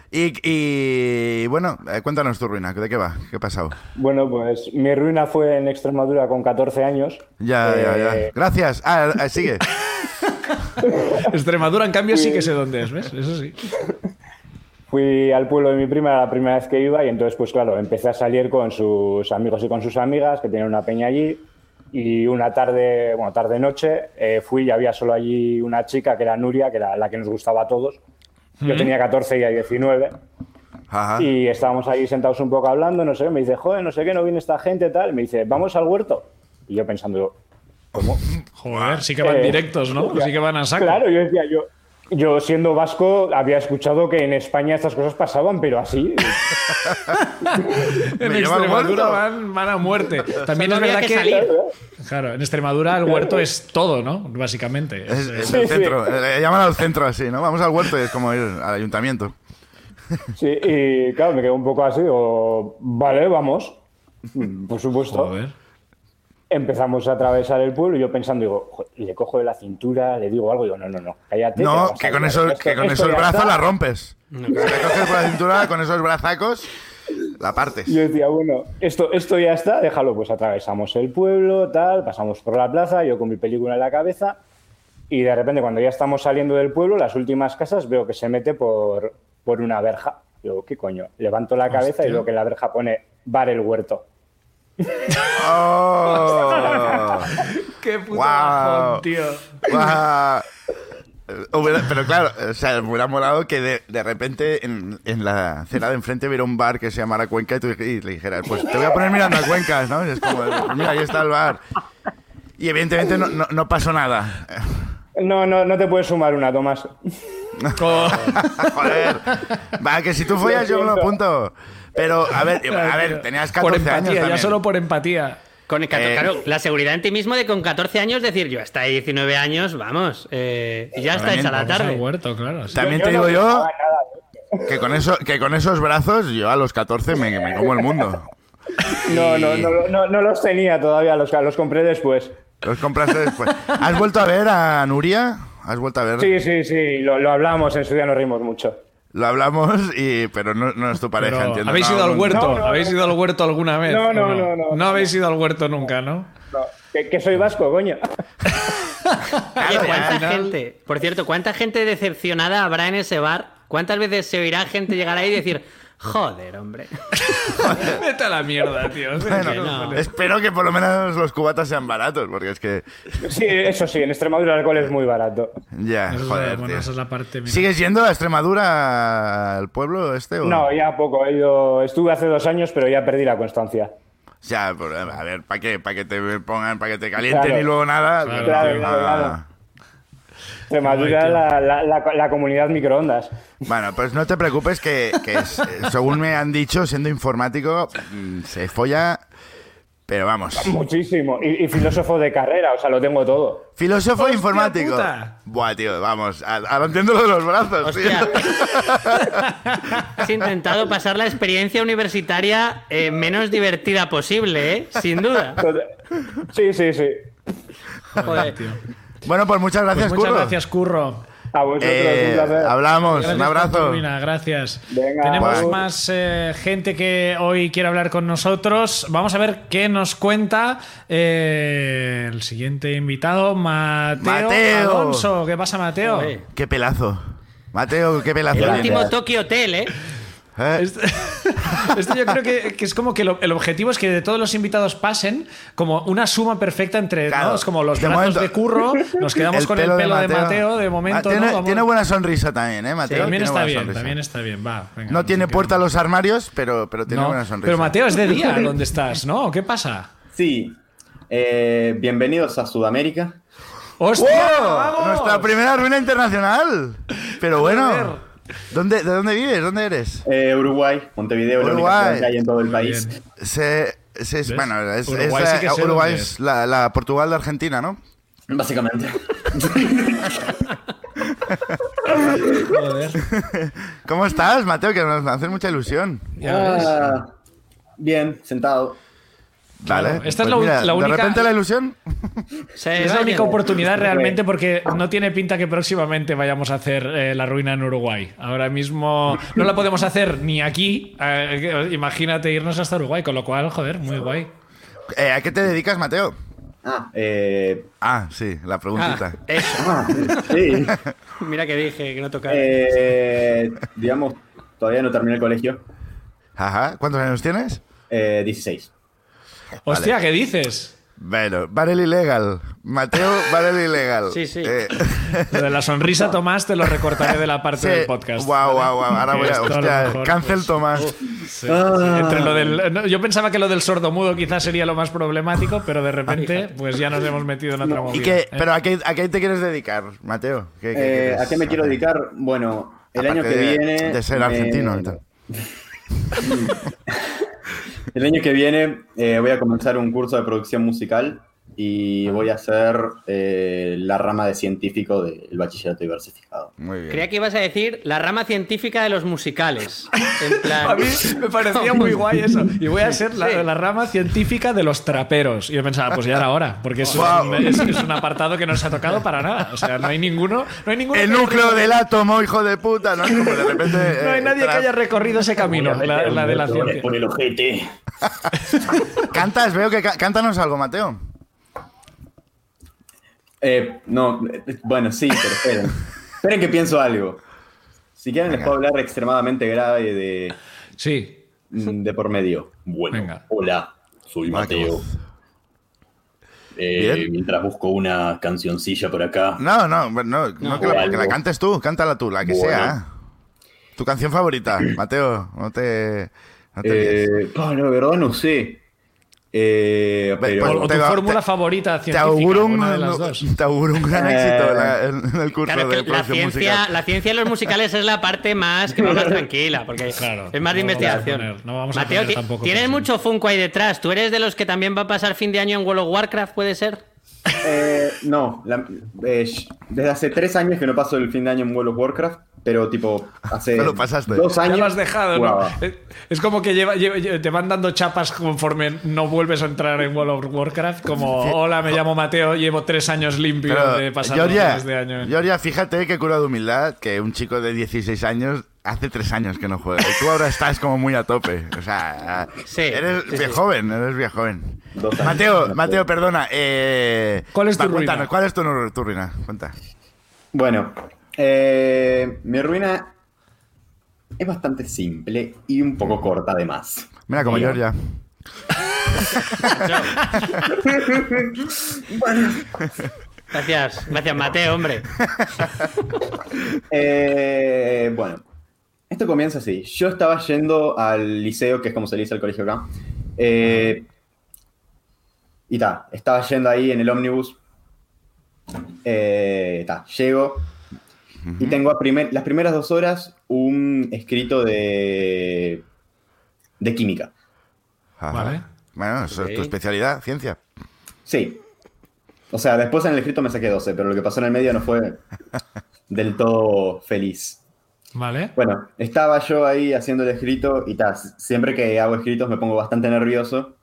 Y, y, bueno, eh, cuéntanos tu ruina, ¿de qué va? ¿Qué ha pasado? Bueno, pues mi ruina fue en Extremadura con 14 años. Ya, ya, ya. Eh, Gracias. Ah, ah, sigue. Extremadura, en cambio, sí que sé dónde es, ¿ves? Eso sí. Fui al pueblo de mi prima la primera vez que iba y entonces, pues claro, empecé a salir con sus amigos y con sus amigas, que tenían una peña allí. Y una tarde, bueno, tarde-noche, eh, fui y había solo allí una chica que era Nuria, que era la que nos gustaba a todos. Yo tenía 14 y ella 19. Ajá. Y estábamos ahí sentados un poco hablando, no sé, me dice, joder, no sé qué, no viene esta gente, tal. Me dice, vamos al huerto. Y yo pensando, Joder, sí que van Eh, directos, ¿no? hostia. Sí que van a saco. Claro, yo decía, yo, yo siendo vasco había escuchado que en España estas cosas pasaban, pero así. en Me lleva al Extremadura huerto. van, van a muerte. También no es había verdad que que. salir. Claro, en Extremadura el huerto es todo, ¿no? Básicamente. Es, es Sí, el sí. centro. Eh, llaman al centro así, ¿no? Vamos al huerto y es como ir al ayuntamiento. Sí, y claro, me quedé un poco así, digo, vale, vamos. Mm, Por supuesto. Joder. Empezamos a atravesar el pueblo y yo pensando, digo, "Joder, le cojo de la cintura, le digo algo, digo, no, no, no, cállate. No, vamos a que con, liar. eso, Esto- que con esto esos ya brazos está". la rompes. Si te coges por la cintura con esos brazacos, la partes. Yo decía, bueno, esto, esto ya está, déjalo, pues atravesamos el pueblo, tal, pasamos por la plaza, yo con mi película en la cabeza, y de repente cuando ya estamos saliendo del pueblo, las últimas casas, veo que se mete por, por una verja. Digo, ¿qué coño? Levanto la cabeza Hostia. y veo que en la verja pone bar el huerto. ¡Oh! Qué puto Guau. bajón, tío. Guau. Hubiera- pero claro, o sea, me hubiera molado que de, de repente en, en la cena de enfrente hubiera un bar que se llamara Cuenca y tú y le dijeras, pues te voy a poner mirando a Cuencas, ¿no? Y es como, pues mira, ahí está el bar. Y evidentemente no, no- no pasó nada. No, no, no te puedes sumar una, Tomás. Co- Joder. Va, que si tú follas yo me lo apunto. Pero, a ver, a ver, tenías 14 Por empatía, años también. ya solo por empatía. Con el cator- Eh. claro, la seguridad en ti mismo de con 14 años decir, yo hasta ahí 19 años, vamos, eh, y ya está También hecha la Vamos al tarde. huerto, claro. sí. También te no digo yo pensaba nada, que con, eso, que con esos brazos yo a los 14 me, me como el mundo. No, Y- no, no, no, no los tenía todavía, los, los compré después. Los compraste después. ¿Has vuelto a ver a Nuria? ¿Has vuelto a ver? Sí, sí, sí, lo, lo hablamos, en su día nos rimos mucho. Lo hablamos, y, pero no, no es tu pareja, Pero, entiendo. ¿Habéis No, ido al algún- huerto? No, no, ¿Habéis ido al huerto alguna vez? No, o no, no, no. No habéis ido al huerto nunca, ¿no? No, que, que soy vasco, coño. Oye, Claro, ¿cuánta al final- gente, por cierto, cuánta gente decepcionada habrá en ese bar? ¿Cuántas veces se oirá gente llegar ahí y decir, joder, hombre? Vete a la mierda, tío. Bueno, que no. Espero que por lo menos los cubatas sean baratos, porque es que. Sí, eso sí, en Extremadura el alcohol es muy barato. Ya, Eso es la- joder. bueno, tío. esa es la parte. mira. ¿Sigues yendo a Extremadura, al pueblo este? o- No, ya poco. he ido- estuve hace dos años, pero ya perdí la constancia. Ya, por- a ver, ¿para qué? ¿Para que te pongan, para que te calienten Claro. y luego nada? Claro, claro, claro. Extremadura, la, la, la, la comunidad microondas. Bueno, pues no te preocupes que, que es- según me han dicho, siendo informático, mm, se folla, pero vamos. Muchísimo. Y, y filósofo de carrera, o sea, lo tengo todo. Filósofo Hostia informático. puta. Buah, tío, vamos, a- ahora entiendo lo de los brazos, tío. Hostia. Has intentado pasar la experiencia universitaria eh, menos divertida posible, ¿eh? Sin duda. Tot- Sí, sí, sí. Joder. Bueno, pues muchas gracias, Pues muchas Curro. gracias, Curro. A vosotros, Eh, un placer. hablamos, un Gracias por tu abrazo. ruina, gracias. Venga. Tenemos Bye. más eh, gente que hoy quiere hablar con nosotros. Vamos a ver qué nos cuenta eh, el siguiente invitado, Mateo, Mateo. Alonso. ¿Qué pasa, Mateo? Joder. Qué pelazo. Mateo, qué pelazo. El tiene. último Tokyo Hotel, ¿eh? Eh, Esto, esto yo creo que, que es como que lo- el objetivo es que de todos los invitados pasen como una suma perfecta entre Claro. todos, como los De brazos momento- de curro, nos quedamos con el pelo de Mateo, de momento. Ah, tiene, ¿no? Vamos- tiene buena sonrisa también, ¿eh, Sí, Mateo? también Tiene está buena bien, sonrisa. también está bien, va. venga, No vamos, tiene que- puerta a los armarios, pero, pero tiene No, buena sonrisa. Pero Mateo, es de día ¿dónde estás, ¿no? ¿Qué pasa? Sí, eh, bienvenidos a Sudamérica. ¡Hostia! ¡Oh! ¡Vamos! Nuestra primera ruina internacional. Pero Joder. bueno, ¿dónde, ¿de dónde vives? ¿Dónde eres? Eh, Uruguay, Montevideo, la única Uruguay. ciudad que hay en todo el Muy país. bien. Se, se- es- bueno, es, es Uruguay la, sí que sé Uruguay dónde es es. la, la Portugal de Argentina, ¿no? Básicamente. Joder. ¿Cómo estás, Mateo? Que nos hace mucha ilusión. Ya ves. Ah, bien, sentado. Claro, Vale. esta es Pues la u- mira, la única- De repente la ilusión. Sí, Es la vaya. única oportunidad realmente Pues, porque no tiene pinta que próximamente vayamos a hacer eh, la ruina en Uruguay. Ahora mismo no la podemos hacer ni aquí. eh, imagínate irnos hasta Uruguay, con lo cual, joder, muy guay. Eh, ¿A qué te dedicas, Mateo? Ah, eh, Ah, sí, la preguntita. Eh, Ah, eso. ah, sí. Mira que dije que no tocaba. Eh, digamos, todavía no terminé el colegio. Ajá. ¿Cuántos años tienes? Eh, 16. Hostia, ¿qué dices? Bueno, Barel Ilegal. Mateo, Barel Ilegal. Sí, sí. Eh, Lo de la sonrisa, Tomás, te lo recortaré de la parte sí. del podcast. Guau, guau, guau. Ahora voy a. Esto a lo hostia, mejor, cancel pues, Tomás. Sí, sí, entre lo del- no, yo pensaba que lo del sordomudo quizás sería lo más problemático, pero de repente pues ya nos hemos metido en otra ¿Y movida. qué? ¿eh? ¿Pero a qué, a qué te quieres dedicar, Mateo? ¿Qué- qué Eh, quieres ¿A qué me quiero hacer? dedicar? Bueno, el Aparte año que de- viene. de ser me- argentino y tal. el año que viene eh, voy a comenzar un curso de producción musical Ah. y voy a hacer eh, la rama de científico del bachillerato diversificado. Muy bien. Creía que ibas a decir la rama científica de los musicales. En plan, A mí me parecía muy guay eso. Y voy a ser la, Sí. la rama científica de los traperos. Y yo pensaba, pues ya era hora, porque es, Wow. un, es- es un apartado que no se ha tocado para nada. O sea, no hay ninguno. No hay ninguno El que- núcleo del átomo, hijo de puta, ¿no? Como de repente. No hay eh, nadie que tra- haya recorrido ese camino, la, la de la Voy a ciencia. Por el ojete. Cantas, veo que ca- cántanos algo, Mateo. Eh, no, eh, bueno, sí, pero esperen. esperen que pienso algo. Si quieren les puedo hablar extremadamente grave de, mm, Sí. de por medio. Bueno, Venga. hola, soy Hola, ¿qué Mateo. más? Eh, Bien. mientras busco una cancioncilla por acá. No, no, no, no que, la, que la cantes tú, cántala tú, la que Bueno. sea. Tu canción favorita, Mateo, no te. No te líes. Eh, pa, la verdad no sé. Eh, Ve, O, pero, pues, o tu te- fórmula te- favorita Te científica. auguro un, una de las dos. te auguro un gran Eh, éxito en la- en, en el curso Claro, de que la producción ciencia, musical. la ciencia de los musicales es la parte más que va más tranquila, porque Claro, es más de no vamos a investigación. poner- no vamos a Mateo, poner ti- tampoco tienes presión. mucho Funko ahí detrás. ¿Tú eres de los que también va a pasar fin de año en World of Warcraft, puede ser? eh, no, la- eh, sh- desde hace tres años que no paso el fin de año en World of Warcraft, pero tipo, hace No lo pasaste. dos Ya años. lo has dejado, ¿no? jugaba. Es- Es como que lleva- lleva- lleva- te van dando chapas conforme no vuelves a entrar en World of Warcraft. Como, hola, me llamo Mateo, llevo tres años limpio Pero, de pasar Georgia, de año. Georgia, fíjate qué cura de humildad que un chico de 16 años hace tres años que no juega. Y tú ahora estás como muy a tope. O sea, Sí, eres sí, bien sí. joven, eres bien joven. Dos años. Mateo, Mateo, perdona. eh, ¿Cuál es tu ruina? cuéntanos, ¿Cuál es tu, tu ruina? Cuenta. Bueno, eh, mi ruina es bastante simple y un poco corta además. Eh, Mira, como Mira. Georgia. Gracias, gracias, Mateo, hombre. Eh, bueno, esto comienza así. Yo estaba yendo al liceo, que es como se le dice al colegio acá. eh, y ta, estaba yendo ahí en el ómnibus. Eh, ta, llego. Y tengo a primer- las primeras dos horas un escrito de, de química. Ajá. Vale. Bueno, eso es tu Ok. especialidad, ciencia. Sí. O sea, después en el escrito me saqué 12, pero lo que pasó en el medio no fue del todo feliz. Vale. Bueno, estaba yo ahí haciendo el escrito y tal. Siempre que hago escritos me pongo bastante nervioso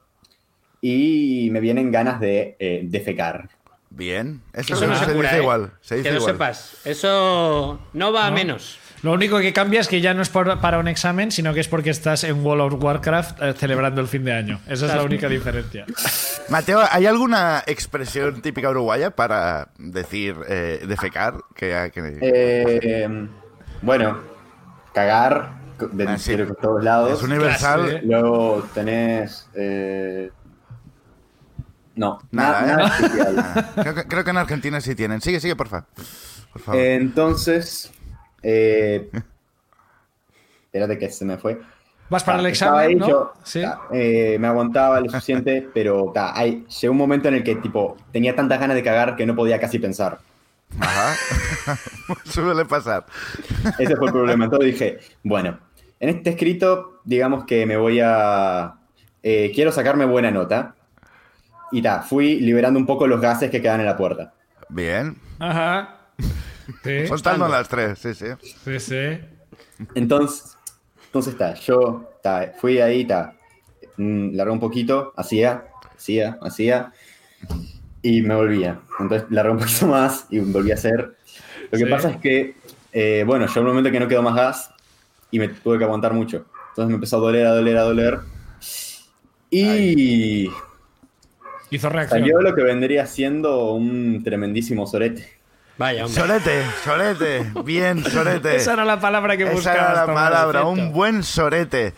y me vienen ganas de eh, defecar. Bien. Eso, Eso no se, se cura, dice ¿eh? igual. Se dice que lo igual. sepas. Eso no va a menos. Lo único que cambia es que ya no es por- para un examen, sino que es porque estás en World of Warcraft eh, celebrando el fin de año. Esa es la única diferencia. Mateo, ¿hay alguna expresión típica uruguaya para decir eh, defecar? Que, que- Eh, bueno, cagar de, Ah, sí. creo que todos lados. es universal. clase. ¿eh? Luego tenés... eh, No, Nada, ¿eh? na- nada especial. Creo que, creo que en Argentina sí tienen. Sigue, sigue, porfa. Por favor. Eh. Entonces, eh, espérate que se me fue. Vas para el Ah, Estaba ahí examen, ¿no? yo, Sí. ta, eh, me aguantaba lo suficiente, pero ta, hay- llegó un momento en el que tipo tenía tantas ganas de cagar que no podía casi pensar. Ajá. Suele pasar. Ese fue el problema. Entonces dije, bueno, en este escrito, digamos que me voy a. eh, quiero sacarme buena nota. Y ta, fui liberando un poco los gases que quedan en la puerta. Bien. Ajá. Sí, Soltando las tres, sí, sí. sí, sí. Entonces, entonces está, yo ta, fui ahí, ta, mm, largué un poquito, hacía, hacía, hacía, y me volvía. Entonces la un poquito más y volví a hacer. Lo que Sí. pasa es que, eh, bueno, yo en un momento que no quedó más gas y me tuve que aguantar mucho. Entonces me empezó a doler, a doler, a doler. Y Hizo reacción. salió lo que vendría siendo un tremendísimo sorete. Vaya, hombre. Sorete, sorete, bien, sorete. Esa era la palabra que Esa buscabas. era la Tomás, palabra, perfecto. un buen sorete.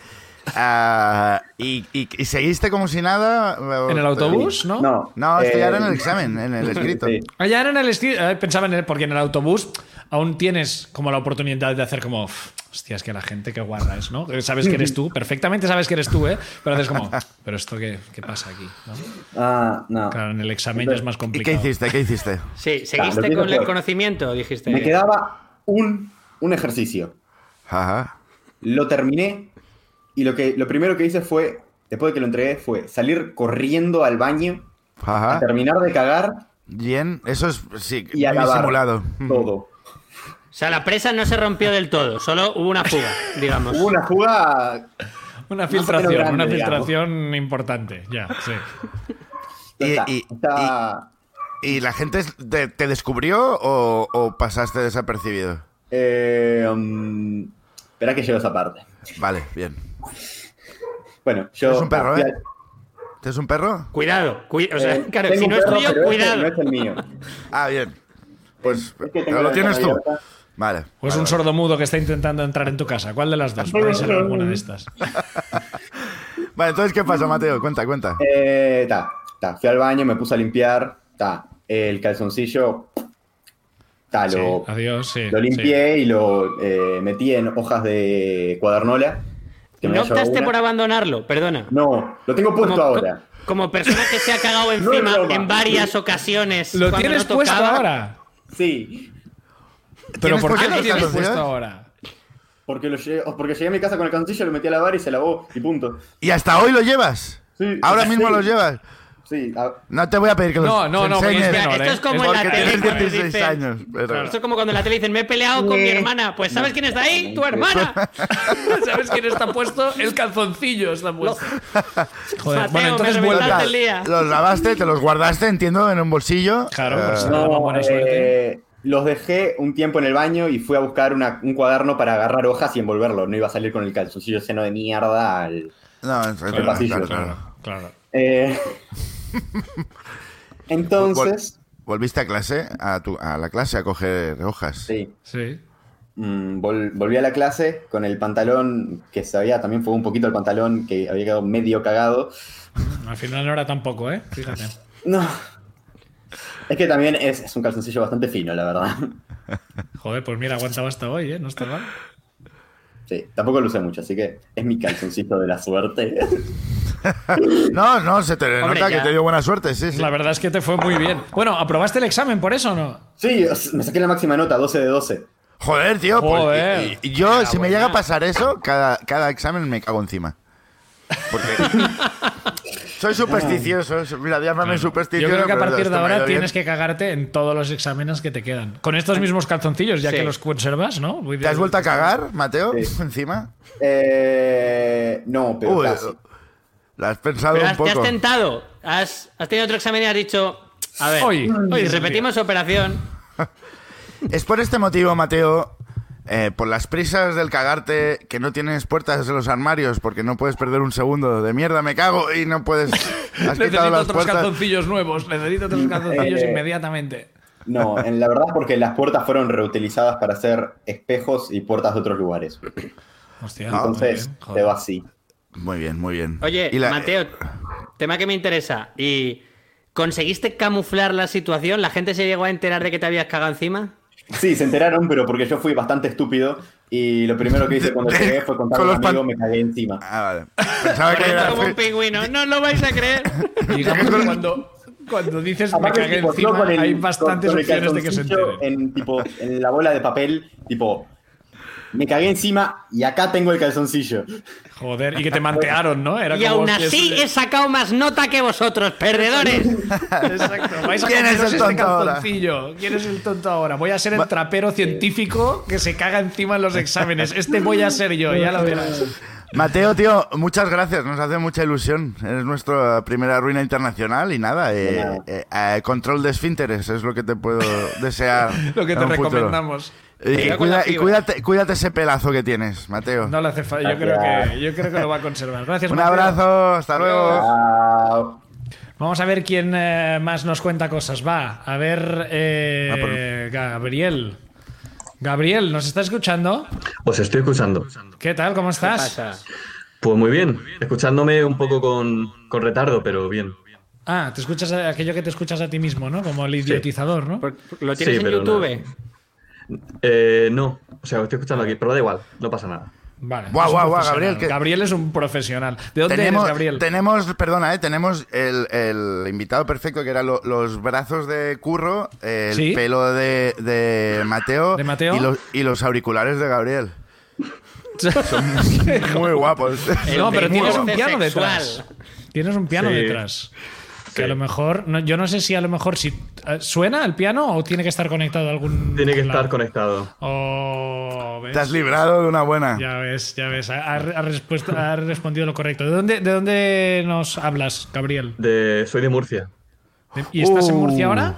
Ah, y, y- y seguiste como si nada? ¿En el autobús, no? No, No, estoy eh, ahora en el examen, en el escrito. sí. Allá era en el esti- eh, Pensaba en el. Porque en el autobús aún tienes como la oportunidad de hacer como. "Uf, Hostia, es que la gente que guarda es, ¿no? Eh, Sabes que eres tú, perfectamente sabes que eres tú, ¿eh? Pero haces como, ¿pero esto qué, qué pasa aquí? ¿no? Ah, no. Claro, en el examen ya es más ¿Y qué complicado. hiciste? ¿Qué hiciste? Sí, Claro, lo seguiste que con digo el yo. conocimiento, dijiste. Me quedaba un, un ejercicio. Ajá. Lo terminé y lo, que, lo primero que hice fue, después de que lo entregué, fue salir corriendo al baño, a Ajá. terminar de cagar Bien, eso es sí, y a Oh, muy lavar simulado. todo. O sea, la presa no se rompió del todo, solo hubo una fuga, Mm. digamos. Hubo una fuga... Una Más o menos filtración, grande, una digamos. filtración importante, ya, sí. Y- está, y- está, ¿Y la gente te, te descubrió o, o pasaste desapercibido? eh, um, espera que llego a esa parte. Vale, bien. Bueno, yo... Es un perro, fui ¿eh? al- ¿Este es un perro? Cuidado, cui- o sea, eh, claro, tengo si un no es perro, tuyo, pero este cuidado. No es el mío. Ah, bien. Pues Es que tengo pero lo la tienes tú. ventana abierta. Vale. O es vale, un vale. sordomudo que está intentando entrar en tu casa. ¿Cuál de las dos? Puede ser alguna de estas. Vale, entonces, ¿qué pasa, Mateo? Cuenta, cuenta. Eh, ta, ta, fui al baño, me puse a limpiar, ta, el calzoncillo, ta, Sí, lo, adiós, sí. lo sí. limpié y lo eh, metí en hojas de cuadernola. que me ¿No había llevado optaste una. por abandonarlo? Perdona. No, lo tengo puesto Como, ahora. como persona que se ha cagado encima broma. en varias ocasiones. ¿Lo cuando tienes no puesto tocaba. ahora? Sí, ¿Pero ¿Tienes por qué puesto lo el tienes calzoncillo? puesto ahora? porque, lo llegué, o porque llegué a mi casa con el calzoncillo, lo metí a lavar y se lavó y punto. ¿Y hasta hoy lo llevas? Sí. ¿Ahora Sí. mismo lo llevas? Sí, a- No te voy a pedir que lo No, no, no, porque es enseñes. menor, Pues Esto ¿eh? es como en porque la tele. tienes cuando 16 dicen- años. pero- Claro, Esto es como cuando en la tele dicen, me he peleado con mi hermana. Pues ¿sabes quién está ahí? ¡Tu hermana! ¿Sabes quién está puesto? El calzoncillo está puesto. Joder, Mateo, bueno, entonces me vuelve- reventaste Total, el día. los lavaste, te los guardaste, entiendo, en un bolsillo. Claro, Eh, por si no, daba Ah, buena eh, suerte. los dejé un tiempo en el baño y fui a buscar una- un cuaderno para agarrar hojas y envolverlo. No iba a salir con el calzoncillo lleno de mierda al, No, es- claro, pasillo, claro, claro. Claro, claro. Eh, entonces, Vol- ¿Volviste a clase? A, tu, a la clase a coger hojas. sí, Sí. mm, vol- volví a la clase con el pantalón que se había, también fue un poquito el pantalón que había quedado medio cagado. Al final no era tampoco, ¿eh? Fíjate. No. Es que también es, es un calzoncillo bastante fino, la verdad. Joder, pues mira, aguantaba hasta hoy, ¿eh? No está mal. Sí, tampoco lo usé mucho, así que es mi calzoncillo de la suerte. No, no, se te Hombre, nota que ya. te dio buena suerte, sí, sí. La verdad es que te fue muy bien. Bueno, ¿aprobaste el examen por eso o no? Sí, o sea, me saqué la máxima nota, 12 de 12. Joder, tío. pues, Joder. y- y- y yo, si me buena. llega a pasar eso, cada, cada examen me cago encima. Porque. soy supersticioso. so- Mira, llámame Yo supersticioso. creo que a pero partir esto de me ha ahora ido bien. tienes que cagarte en todos los exámenes que te quedan. Con estos mismos calzoncillos, ya Sí. que los conservas, ¿no? Voy ¿Te has de- vuelto a cagar, Mateo? Sí. Encima. Eh, no, pero Uy, casi. la has pensado Pero un has- te poco. has tentado. Has, has tenido otro examen y has dicho, a ver, Hoy, hoy si es el repetimos operación. Es por este motivo, Mateo, eh, por las prisas del cagarte, que no tienes puertas en los armarios porque no puedes perder un segundo de mierda, me cago y no puedes. Has quitado Necesito las otros puertas. calzoncillos nuevos. Necesito otros calzoncillos Eh. inmediatamente. No, en la verdad es porque las puertas fueron reutilizadas para hacer espejos y puertas de otros lugares. Hostia, Ah, muy Entonces, bien, te joder. va así. Muy bien, muy bien. Oye, Y la- Mateo, tema que me interesa. ¿Y conseguiste camuflar la situación? ¿La gente se llegó a enterar de que te habías cagado encima? Sí, se enteraron, pero porque yo fui bastante estúpido y lo primero que hice cuando llegué fue contar a Con un los pan- amigo, me cagué encima. Ah, vale. Pensaba que Corriendo era. como un pingüino, no lo vais a creer. Digamos que cuando, cuando dices me Aparte, cagué tipo, yo encima, con el- hay con- bastantes con el opciones de que se calzoncillo enteren. En, tipo, en la bola de papel, tipo, me cagué encima y acá tengo el calzoncillo. Joder, y que te mantearon, ¿no? Era Y como, aún hostia, así este- he sacado más nota que vosotros, perdedores. Exacto. Vais a ¿Quién es cogeros el este tonto ahora? calzoncillo. ¿Quién es el tonto ahora? Voy a ser el trapero científico que se caga encima en los exámenes. Este voy a ser yo, ya lo verás. Mateo, tío, muchas gracias. Nos hace mucha ilusión. Es nuestra primera ruina internacional y nada. eh, nada. eh, eh, control de esfínteres es lo que te puedo desear. Lo que en te un futuro. recomendamos. Y, Cuidado con la cuida- y fibra. cuídate, cuídate ese pelazo que tienes, Mateo. No le hace falta. Yo creo, que, yo creo que lo va a conservar. Gracias, Un Mateo. abrazo, hasta luego. Chao. Vamos a ver quién eh, más nos cuenta cosas. Va, a ver. eh, Va por- Gabriel. Gabriel, ¿nos está escuchando? Os Pues estoy escuchando. ¿Qué tal? ¿Cómo estás? Pues muy bien, escuchándome un poco con, con retardo, pero bien. Ah, te escuchas a- aquello que te escuchas a ti mismo, ¿no? Como el idiotizador, ¿no? Por- por- ¿Lo tienes Sí, en pero YouTube? Eh, no, o sea, os estoy escuchando aquí, pero da igual, no pasa nada. Vale. Guau, es un guau, guau, profesional. Gabriel, que- Gabriel es un profesional. ¿De dónde Tenemos, eres, Gabriel? tenemos, perdona, eh, tenemos el, el invitado perfecto que eran los brazos de Curro, el Sí. pelo de, de Mateo, ¿De Mateo? Y, los, y los auriculares de Gabriel. Muy guapos. Eh, no, pero Muy tienes un guapo. piano Sexual. detrás. Tienes un piano Sí. detrás. Que Sí. a lo mejor, no- yo no sé si a lo mejor si eh, suena el piano o tiene que estar conectado a algún. Tiene que lado. estar conectado. Oh, ¿ves? Te has librado de una buena. Ya ves, ya ves. Ha, ha- ha respuesto- ha respondido lo correcto. ¿De dónde, de dónde nos hablas, Gabriel? De, soy de Murcia. ¿Y estás en Uh. Murcia ahora?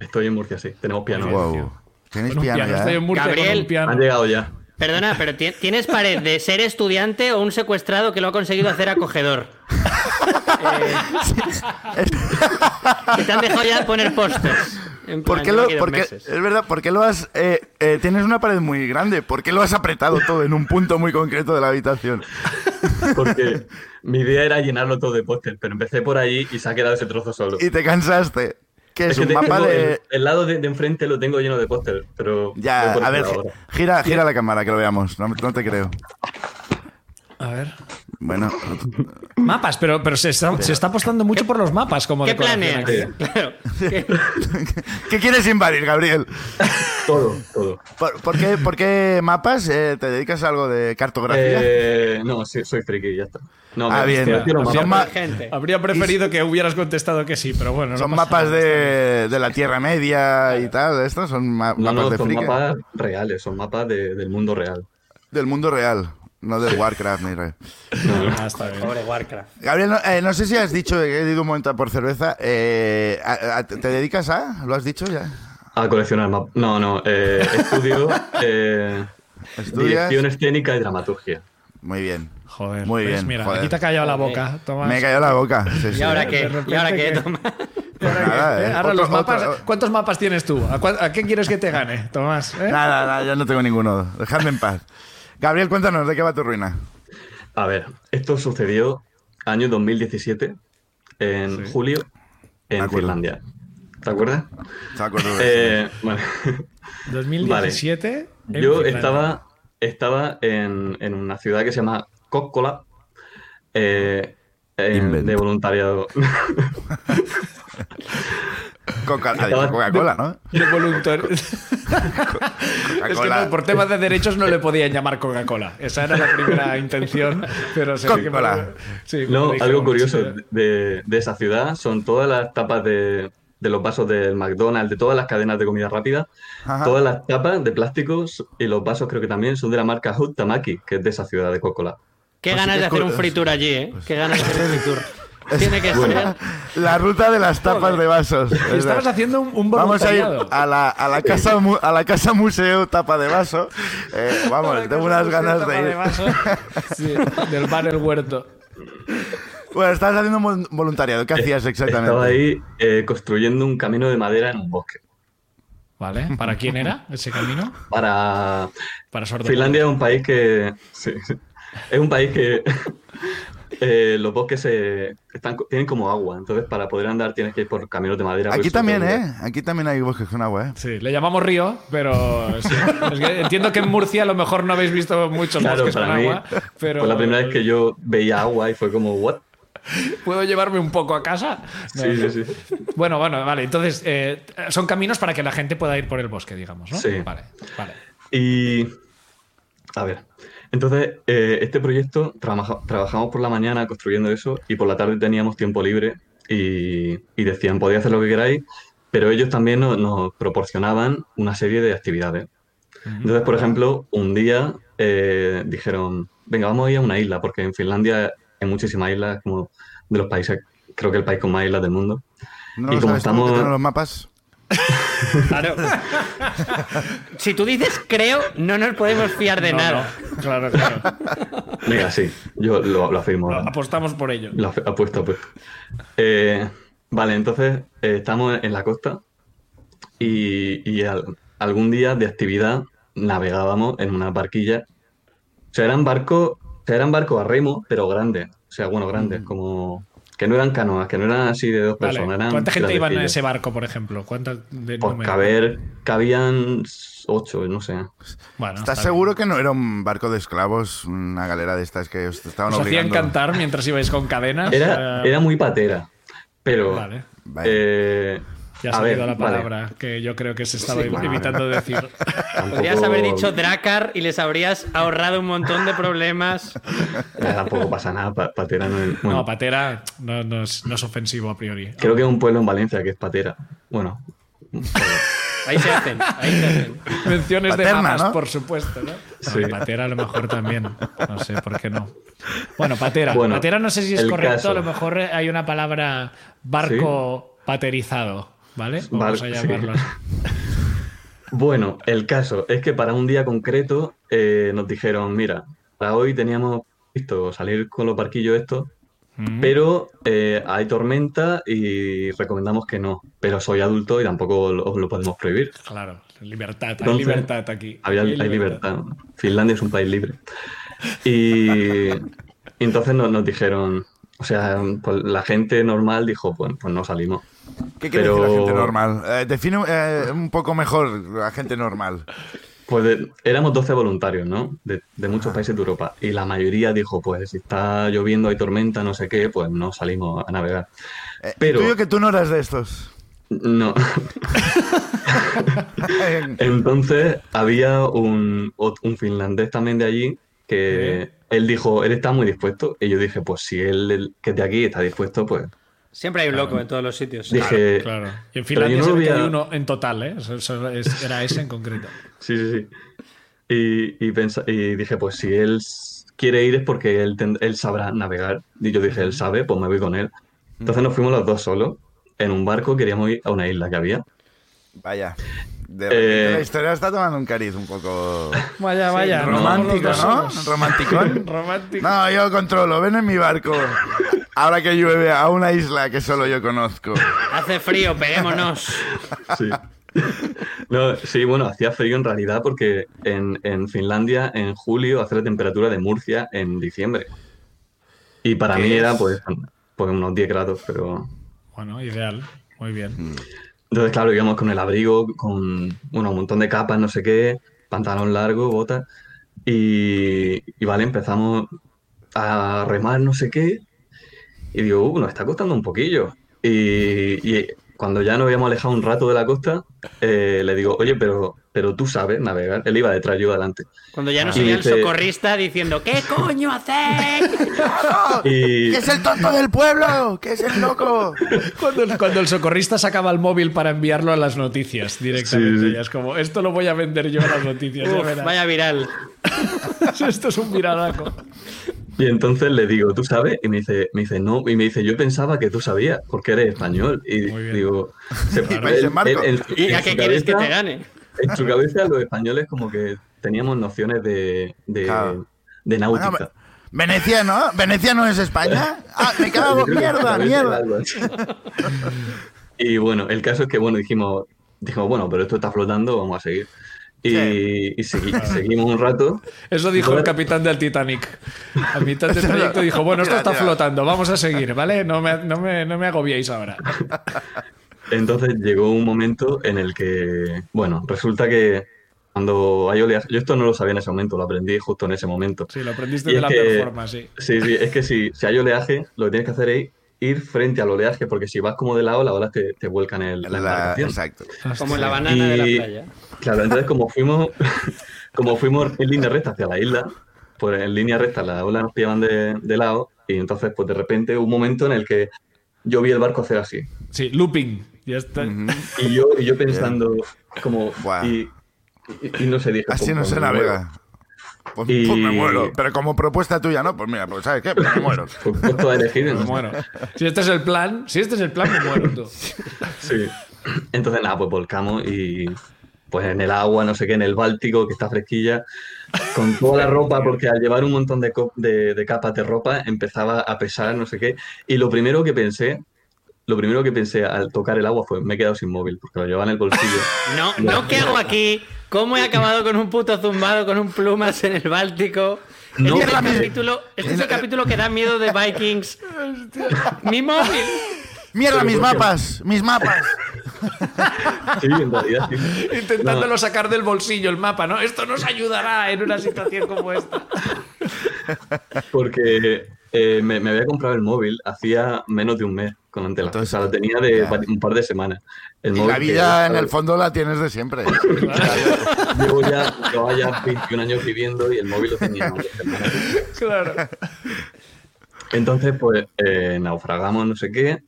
Estoy en Murcia, sí. Tenemos piano. Guau. Tenéis Con un piano piano. ya, Estoy eh. en Murcia Gabriel. con un piano. Han llegado ya. Perdona, pero ti- ¿tienes pared de ser estudiante o un secuestrado que lo ha conseguido hacer acogedor? Eh, que te han dejado ya poner pósters. En ¿Por plan, qué llevo lo, aquí dos por qué- meses. es verdad, ¿por qué lo has... eh, eh, tienes una pared muy grande, ¿por qué lo has apretado todo en un punto muy concreto de la habitación? Porque mi idea era llenarlo todo de póster, pero empecé por ahí y se ha quedado ese trozo solo. Y te cansaste. Que es, que un tengo mapa de... el, el lado de, de enfrente lo tengo lleno de póster, pero. Ya, voy por a aquí ver, ahora. gi- gira, gira la cámara que lo veamos. No, no te creo. A ver. Bueno, Mapas, pero, pero se, está, se está apostando mucho por los mapas como ¿Qué decoración planeas? aquí. Claro. ¿Qué- ¿qué quieres invadir, Gabriel? Todo, todo. ¿Por, por qué, por qué mapas? Eh, ¿Te dedicas a algo de cartografía? Eh, no, sí, soy friki, ya está. No, Ah, me- bien. me refiero a Son mapas. ma- Gente. Habría preferido que hubieras contestado que sí, pero bueno. no son pasa mapas nada. de, de la Tierra Media y tal. Estos son ma- No, mapas no, de son friki. mapas reales, son mapas de- del mundo real. Del mundo real, no del Warcraft. ni re- Ah, está bien. Pobre Warcraft. Gabriel, no, eh, no sé si has dicho que he ido un momento a por cerveza. eh, a- a- ¿Te dedicas a? ¿Lo has dicho ya? A coleccionar mapas. No, no, eh, estudio eh, ¿Estudias? dirección escénica y dramaturgia. Muy bien. Joder. Muy ¿ves? bien, Mira, joder. aquí te ha callado la boca, Tomás. Me cayó la boca. sí, ¿Y sí. ahora qué? repente ¿Y ahora qué, que- Tomás? Pues nada, Eh, eh, Ahora otro- los mapas. otro- ¿Cuántos mapas tienes tú? ¿A, cua- a qué quieres que te gane, Tomás? eh? Nada, nada, yo no tengo ninguno. Dejadme en paz. Gabriel, cuéntanos, ¿de qué va tu ruina? A ver, esto sucedió año 2017, en julio, Me en acuerdo. Finlandia. ¿Te acuerdas? Se acuerda de- Eh, bueno, 2017. en yo Finlandia. estaba, estaba en, en una ciudad que se llama Kokkola, eh, en- Invent. de voluntariado. Coca- ha dicho estaba- Coca-Cola, ¿no? De voluntario. Es que Coca-Cola. no, por temas de derechos no le podían llamar Coca-Cola. Esa era la primera intención, pero se ve que me- Coca-Cola. Sí, me No, lo dijeron, algo curioso sí. de, de esa ciudad son todas las tapas de, de los vasos del McDonald's, de todas las cadenas de comida rápida, Ajá. todas las tapas de plásticos y los vasos creo que también son de la marca Hot Tamaki, que es de esa ciudad de Coca-Cola. Qué Pues ganas sí, pues de qué hacer cul- un fritur allí, ¿eh? Qué ganas de hacer un fritur. Tiene que ser. La ruta de las tapas de vasos. Es Y Estabas verdad. haciendo un, un Vamos a ir voluntariado. a la, a la casa mu- a la casa museo tapa de vaso. Eh, vamos, tengo unas ganas de ir. Sí, del bar El Huerto. Bueno, estabas haciendo un vol- voluntariado. ¿Qué hacías exactamente? Estaba ahí eh, construyendo un camino de madera en un bosque. Vale, ¿para quién era ese camino? Para Para sordos. Finlandia es un país que. sí, es un país que. eh, los bosques se- están, tienen como agua, entonces para poder andar tienes que ir por caminos de madera. Aquí pues, también, súper- ¿eh? Aquí también hay bosques con agua, ¿eh? Sí, le llamamos río, pero sí. Es que entiendo que en Murcia a lo mejor no habéis visto muchos Claro, bosques para con mí agua, pero fue la primera vez que yo veía agua y fue como, ¿what? puedo llevarme un poco a casa. No. Sí, sí, sí. Bueno, bueno, vale. Entonces eh, son caminos para que la gente pueda ir por el bosque, digamos, ¿no? Sí. Vale, vale. Y. A ver. Entonces, eh, este proyecto trabaja- trabajamos por la mañana construyendo eso y por la tarde teníamos tiempo libre y, y decían, podéis hacer lo que queráis, pero ellos también nos, nos proporcionaban una serie de actividades. Entonces, por ejemplo, un día eh, dijeron, venga, vamos a ir a una isla, porque en Finlandia hay muchísimas islas, como de los países, creo que el país con más islas del mundo. No y lo como sabes tú, que estamos... tengo los mapas. Claro. si tú dices creo, no nos podemos fiar de No, nada. no, claro, claro. Venga, sí, yo lo, lo afirmo. ¿eh? No, apostamos Ah, por ello. La fe- apuesta, apuesta. pues. Eh, vale, entonces eh, estamos en la costa y, y al- algún día de actividad navegábamos en una barquilla. O sea, eran barcos, o sea, eran barcos a remo, pero grandes. O sea, bueno, grandes, como que no eran canoas, que no eran así de dos Mm. Vale. personas. Eran ¿Cuánta gente iba en grandecillos. ese barco, por ejemplo? ¿Cuánta de Pues número? caber, cabían ocho, no sé. Ah, Bueno, ¿Estás está seguro bien. que no era un barco de esclavos, una galera de estas que os estaban ¿Os hacían obligando? cantar mientras ibais con cadenas? Era, Eh, era muy patera, pero... Vale. Vale. eh, Ya a ha salido ver, la vale, palabra que yo creo que se estaba Sí, bueno. evitando decir. tampoco- Podrías haber dicho Dracar y les habrías ahorrado un montón de problemas. Ya tampoco pasa nada, pa- Patera no es... bueno, No, patera no, no es, no es ofensivo a priori. creo que es un pueblo en Valencia que es Patera. Bueno, Ahí se hacen, ahí se hacen. Menciones Paterna, de mapas, ¿no? por supuesto, ¿no? Sí. Bueno, patera a lo mejor también. No sé por qué no. Bueno, patera. Bueno, patera no sé si es el correcto. caso. A lo mejor hay una palabra barco paterizado, ¿vale? Vamos Barco, a sí. llamarlo. así. bueno, el caso es que para un día concreto eh, nos dijeron, mira, para hoy teníamos visto salir con los barquillos estos, Mm. pero eh, hay tormenta y recomendamos que no. Pero soy adulto y tampoco lo, lo podemos prohibir. Claro, libertad, hay Entonces, libertad aquí. Había- hay libertad. Finlandia es un país libre. Y, y entonces nos, nos dijeron, o sea, pues la gente normal dijo, bueno, pues no salimos. ¿Qué quiere decir pero- la gente normal? Eh, define eh, un poco mejor la gente normal. Pues de- éramos 12 voluntarios, ¿no? De, de Ah. muchos países de Europa. Y la mayoría dijo, pues si está lloviendo, hay tormenta, no sé qué, pues no salimos a navegar. Eh, Pero- Tú digo que tú no eras de estos. No. Eh, Entonces había un, ot- un finlandés también de allí que él dijo, él está muy dispuesto. Y yo dije, pues si él, el que es de aquí está dispuesto, pues Siempre hay un loco en todos los sitios. dije... Claro. Y en Pero yo Finlandia no se ve que había- hay uno en total, ¿eh? Eso- eso es- era ese en concreto. Sí, sí, sí. Y, y, pensa- y dije, pues si él s- quiere ir es porque él, ten- él sabrá navegar. Y yo dije, él sabe, pues me voy con él. Entonces nos fuimos los dos solos. En un barco queríamos ir a una isla que había. Vaya. De repente Eh, la historia está tomando un cariz un poco Vaya, vaya. no, romántico, ¿no? Romanticón. No, yo controlo. Ven en mi barco. Ahora que llueve a una isla que solo yo conozco. Hace frío, peguémonos. Sí. No, sí, bueno, hacía frío en realidad porque en, en Finlandia en julio hace la temperatura de Murcia en diciembre. Y para ¿Qué mí era es? pues, pues unos 10 grados, pero... Bueno, ideal. Muy Mm. bien. Entonces, claro, íbamos con el abrigo, con bueno, un montón de capas, no sé qué, pantalón largo, botas. Y, y vale, empezamos a remar, no sé qué. Y digo, uh, nos está costando un poquillo. Y, y cuando ya nos habíamos alejado un rato de la costa, eh, le digo, oye, pero, pero tú sabes navegar. Él iba detrás, yo adelante. Cuando ya no Y soy el dice- socorrista diciendo, ¿qué coño hacéis? Y, ¿Qué es el tonto del pueblo? ¿Qué es el loco? Cuando el, cuando el socorrista sacaba el móvil para enviarlo a las noticias directamente. Sí, sí. ya es como, esto lo voy a vender yo a las noticias. ya Uf, verás. vaya viral. Esto es un viralaco. Y entonces le digo, ¿tú sabes? Y me dice, me dice, no. Y me dice, yo pensaba que tú sabías, porque eres español. Y Muy bien. digo, se- Claro. Ese marco. ¿Y a su qué quieres que cabeza- te gane? En su cabeza, los españoles, como que teníamos nociones de, de, Claro. de náutica. Bueno, ve- Venecia, ¿no? ¿Venecia no es España? Ah, me cago, Yo creo que en su mierda, cabeza era mierda. algo así. y bueno, el caso es que, bueno, dijimos, dijimos, bueno, pero esto está flotando, vamos a seguir. Y, y segui- seguimos un rato. Eso dijo el Bueno. capitán del Titanic. A mitad del proyecto dijo, bueno, esto Tira, está tira. flotando, vamos a seguir, ¿vale? No me, no me, no me agobiéis ahora. Entonces llegó un momento en el que, bueno, resulta que cuando hay oleaje, yo esto no lo sabía en ese momento, lo aprendí justo en ese momento. Sí, lo aprendiste Y de es la que- performance, sí. Sí, sí, es que si, si hay oleaje, lo que tienes que hacer es ir frente al oleaje, porque si vas como de lado, las olas te, te vuelcan el, la La- embarcación. exacto. Como en la banana de Y- la playa. Claro, entonces como fuimos, como fuimos en línea recta hacia la isla, pues en línea recta las olas nos pillaban de, de lado, y entonces pues de repente hubo un momento en el que yo vi el barco hacer así. Sí, looping. Ya está. Y yo, y yo pensando, como. Buah. Y, y- y no se dije. Así no se navega. Pues, Y- pues me muero. Pero como propuesta tuya, ¿no? Pues mira, pues ¿sabes qué? Pues me muero. Fue un puesto elegido. Me ¿no? muero. Si este es el plan, si este es el plan, me muero tú. Sí. Entonces, nada, pues volcamos y pues en el agua, no sé qué, en el Báltico, que está fresquilla, con toda la ropa, porque al llevar un montón de, co- de- de capas de ropa empezaba a pesar, no sé qué. Y lo primero que pensé, lo primero que pensé al tocar el agua fue, me he quedado sin móvil, porque lo llevaba en el bolsillo. No, no, ¿qué hago aquí? ¿Cómo he acabado con un puto zumbado, con un plumas en el Báltico? No. este es el capítulo, este es el capítulo que da miedo de Vikings. Mi móvil. ¡Mierda, mis mapas! ¡Mis mapas! Sí, en realidad. sí. Intentándolo sacar del bolsillo el mapa, ¿no? Esto nos ayudará en una situación como esta. Porque eh, me, me había comprado el móvil hacía menos de un mes con antelación. O Entonces, sea, lo tenía de ya. un par de semanas. El Y móvil la que- vida en el fondo la tienes de siempre. Llevo ya, llevaba ya 21 años viviendo y el móvil lo tenía. mal. Claro. Entonces, pues, eh, naufragamos, no sé qué.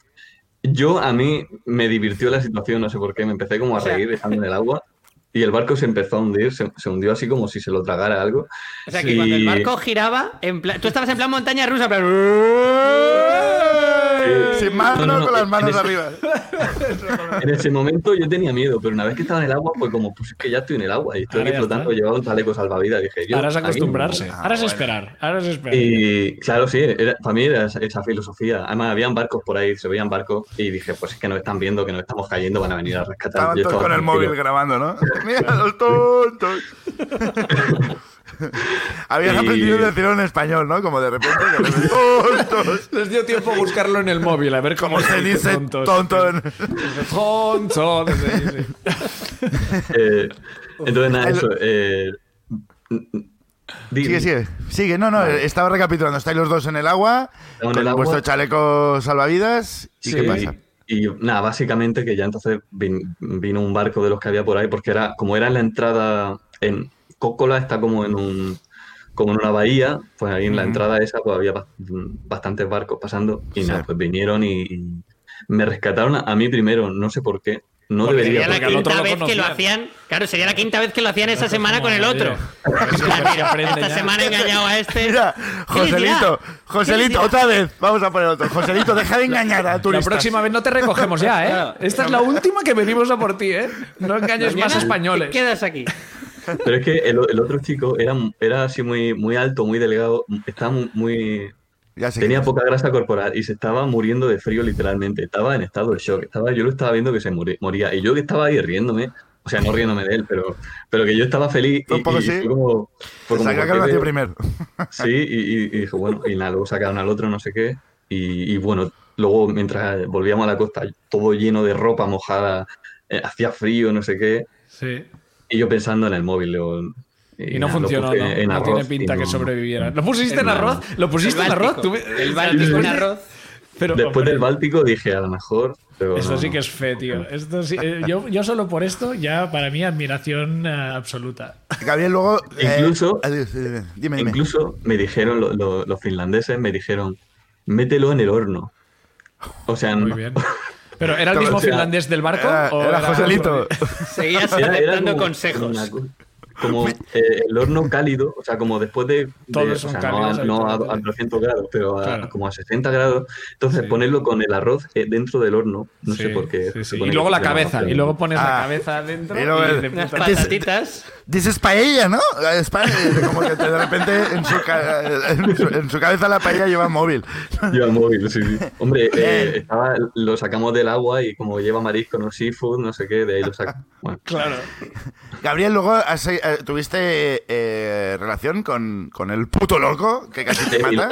Yo, a mí, me divirtió la situación, no sé por qué. Me empecé como a reír estando en el agua y el barco se empezó a hundir. Se, se hundió así como si se lo tragara algo. O sea que cuando el Y- barco giraba, en plan- tú estabas en plan montaña rusa, en plan- Sin manos, No, no, no, con las manos en ese- arriba. En ese momento yo tenía miedo, pero una vez que estaba en el agua, pues como, pues es que ya estoy en el agua y estoy Ahora aquí ya flotando. está. Llevaba un chaleco salvavidas. Dije, yo, Ahora es aquí no me acostumbrarse. muero. Ahora es esperar. Ahora es esperar. Y claro, sí, era, para mí era esa, esa filosofía. Además, habían barcos por ahí, se veían barcos y dije, pues es que nos están viendo, que nos estamos cayendo, van a venir a Estaban rescatar. Yo todos estaba con el tranquilo. móvil grabando, ¿no? Mira, los tontos. Habías Y- aprendido a decirlo en español, ¿no? Como de repente, de repente, tontos. Les dio tiempo a buscarlo en el móvil, a ver cómo Como se dice tontos. tonto en- Tonto. Eh, entonces, nada, eso. Eh, di- Sigue, sigue. Sigue, no, no, estaba recapitulando. Estáis los dos en el agua, en con el agua. vuestro chaleco salvavidas. ¿Y Sí, qué pasa? Y, y, nada, básicamente que ya entonces vin- vino un barco de los que había por ahí, porque era, como era en la entrada, en Cócola está como en un como en una bahía, pues ahí en la entrada esa pues había bas- bastantes barcos pasando y nada, Sí. pues vinieron y, y me rescataron a, a mí primero, no sé por qué, no Porque debería. sería Sería porque la al otro quinta lo vez que lo conocían. hacían. Claro, sería la quinta vez que lo hacían esa semana con el otro. Madre. En plan, mira, Aprende Esta ya. semana he engañado a este. Mira, ¿Qué les dirá? Joselito, ¿Qué les Joselito, dirá? otra vez. Vamos a poner otro. Joselito, deja de engañar a La turistas. próxima vez no te recogemos ya, ¿eh? Esta es la última que venimos a por ti, ¿eh? No engañes Mañana más te españoles. quedas aquí. Pero es que el, el otro chico era, era así muy, muy alto, muy delgado, estaba muy- muy, Ya sé. Tenía poca grasa corporal y se estaba muriendo de frío literalmente. Estaba en estado de shock. Estaba, yo lo estaba viendo que se muri- moría. Y yo que estaba ahí riéndome. O sea, no riéndome de él, pero, pero que yo estaba feliz. Y, Un poco y sí. fue como... fue como, Saca ¿por que qué lo hacía veo? primero. Sí, y, y- y dije, bueno, y nada, luego sacaron al otro, no sé qué. Y, y bueno, luego mientras volvíamos a la costa, todo lleno de ropa mojada, eh, hacía frío, no sé qué. Sí. Y yo pensando en el móvil. luego- Y no nada, lo funcionó, puse ¿no? en No arroz tiene y pinta que no- sobreviviera. ¿Lo pusiste en Hermano. arroz? ¿Lo pusiste en arroz? Tú- El Báltico en arroz. Pero, Después del hombre, Báltico dije, a lo mejor... pero Esto no, sí no. que es fe, tío. Esto sí- eh, yo, yo solo por esto, ya para mí, admiración eh, absoluta. Gabriel, luego. eh, Incluso- adiós, dime, dime. dime. Incluso me dijeron lo- lo- los finlandeses, me dijeron, mételo en el horno. O sea, Muy no- bien. ¿Pero era el Todo, mismo o sea, finlandés del barco? Era, o era Joselito. Seguías era- era dando como- consejos. una co- como eh, el horno cálido, o sea, como después de... de- Todos o son sea, cálidos, no, a, no a- a habitualmente. 300 grados, pero a, Claro. como a 60 grados. Entonces, Sí. ponerlo con el arroz eh, dentro del horno, no Sí, sé por qué. sí, se sí. pone Y luego que la se llama cabeza. horno. Y luego pones la Ah. cabeza adentro. Y luego y el- de Unas puta- This- patatitas. This is paella, ¿no? Es pa- eh, como que de repente en su, ca- en su- en su cabeza la paella lleva móvil. Lleva el móvil, sí, sí. Hombre, eh, estaba- lo sacamos del agua y como lleva marisco, no seafood, no sé qué, de ahí lo sacamos. Claro. Gabriel, luego has- eh, tuviste eh, relación con, con el puto loco que casi te mata.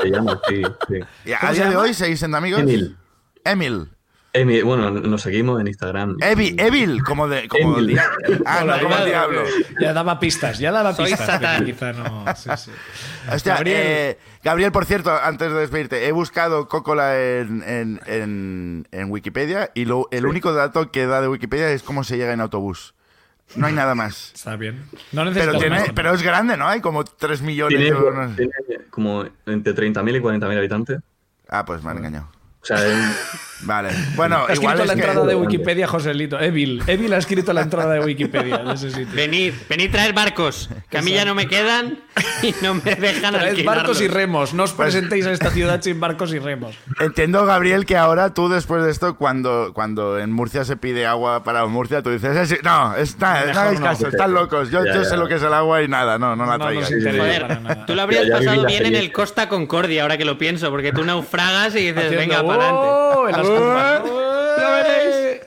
sí, sí. Y Eh, a día de hoy seguís siendo amigos. Emil. Emil. Emi- bueno, nos seguimos en Instagram. Evi- Evil, como de. Como Emil. el dia- Ah, no, Hola, como el ya- diablo. Ya daba pistas, ya daba Soy pistas. pero Satán. Quizá no. Sí, sí. Hostia, Gabriel. eh, Gabriel, por cierto, antes de despedirte, he buscado Coca-Cola en, en, en- en Wikipedia y lo- el único dato que da de Wikipedia es cómo se llega en autobús. No hay nada más. Está bien. No Pero, necesitas tiene, más. pero es grande, ¿no? Hay como 3 millones Tiene, de euros. tiene como entre 30.000 y 40.000 habitantes. Ah, pues me han engañado. O sea, es, Vale. Bueno, Ha escrito igual es la que- entrada de Wikipedia, Joselito. Evil. Evil ha escrito la entrada de Wikipedia de ese sitio. Venid, venid traer barcos, que a mí ya no me quedan y no me dejan Traed alquilarlos. barcos y remos. No os Pues presentéis a esta ciudad sin barcos y remos. Entiendo, Gabriel, que ahora tú después de esto, cuando, cuando en Murcia se pide agua para Murcia, tú dices, "Es- no, está, Mejor no hagáis no". caso, están locos, yo, Ya, yo ya. sé lo que es el agua y nada, no, no la No traigas. nos interesa Joder, para nada. Tú lo habrías Ya, ya viví pasado la bien en el experiencia. Costa Concordia, ahora que lo pienso, porque tú naufragas y dices, Haciendo, venga, "Oh", para adelante. en las curvas. ¡Ya veréis!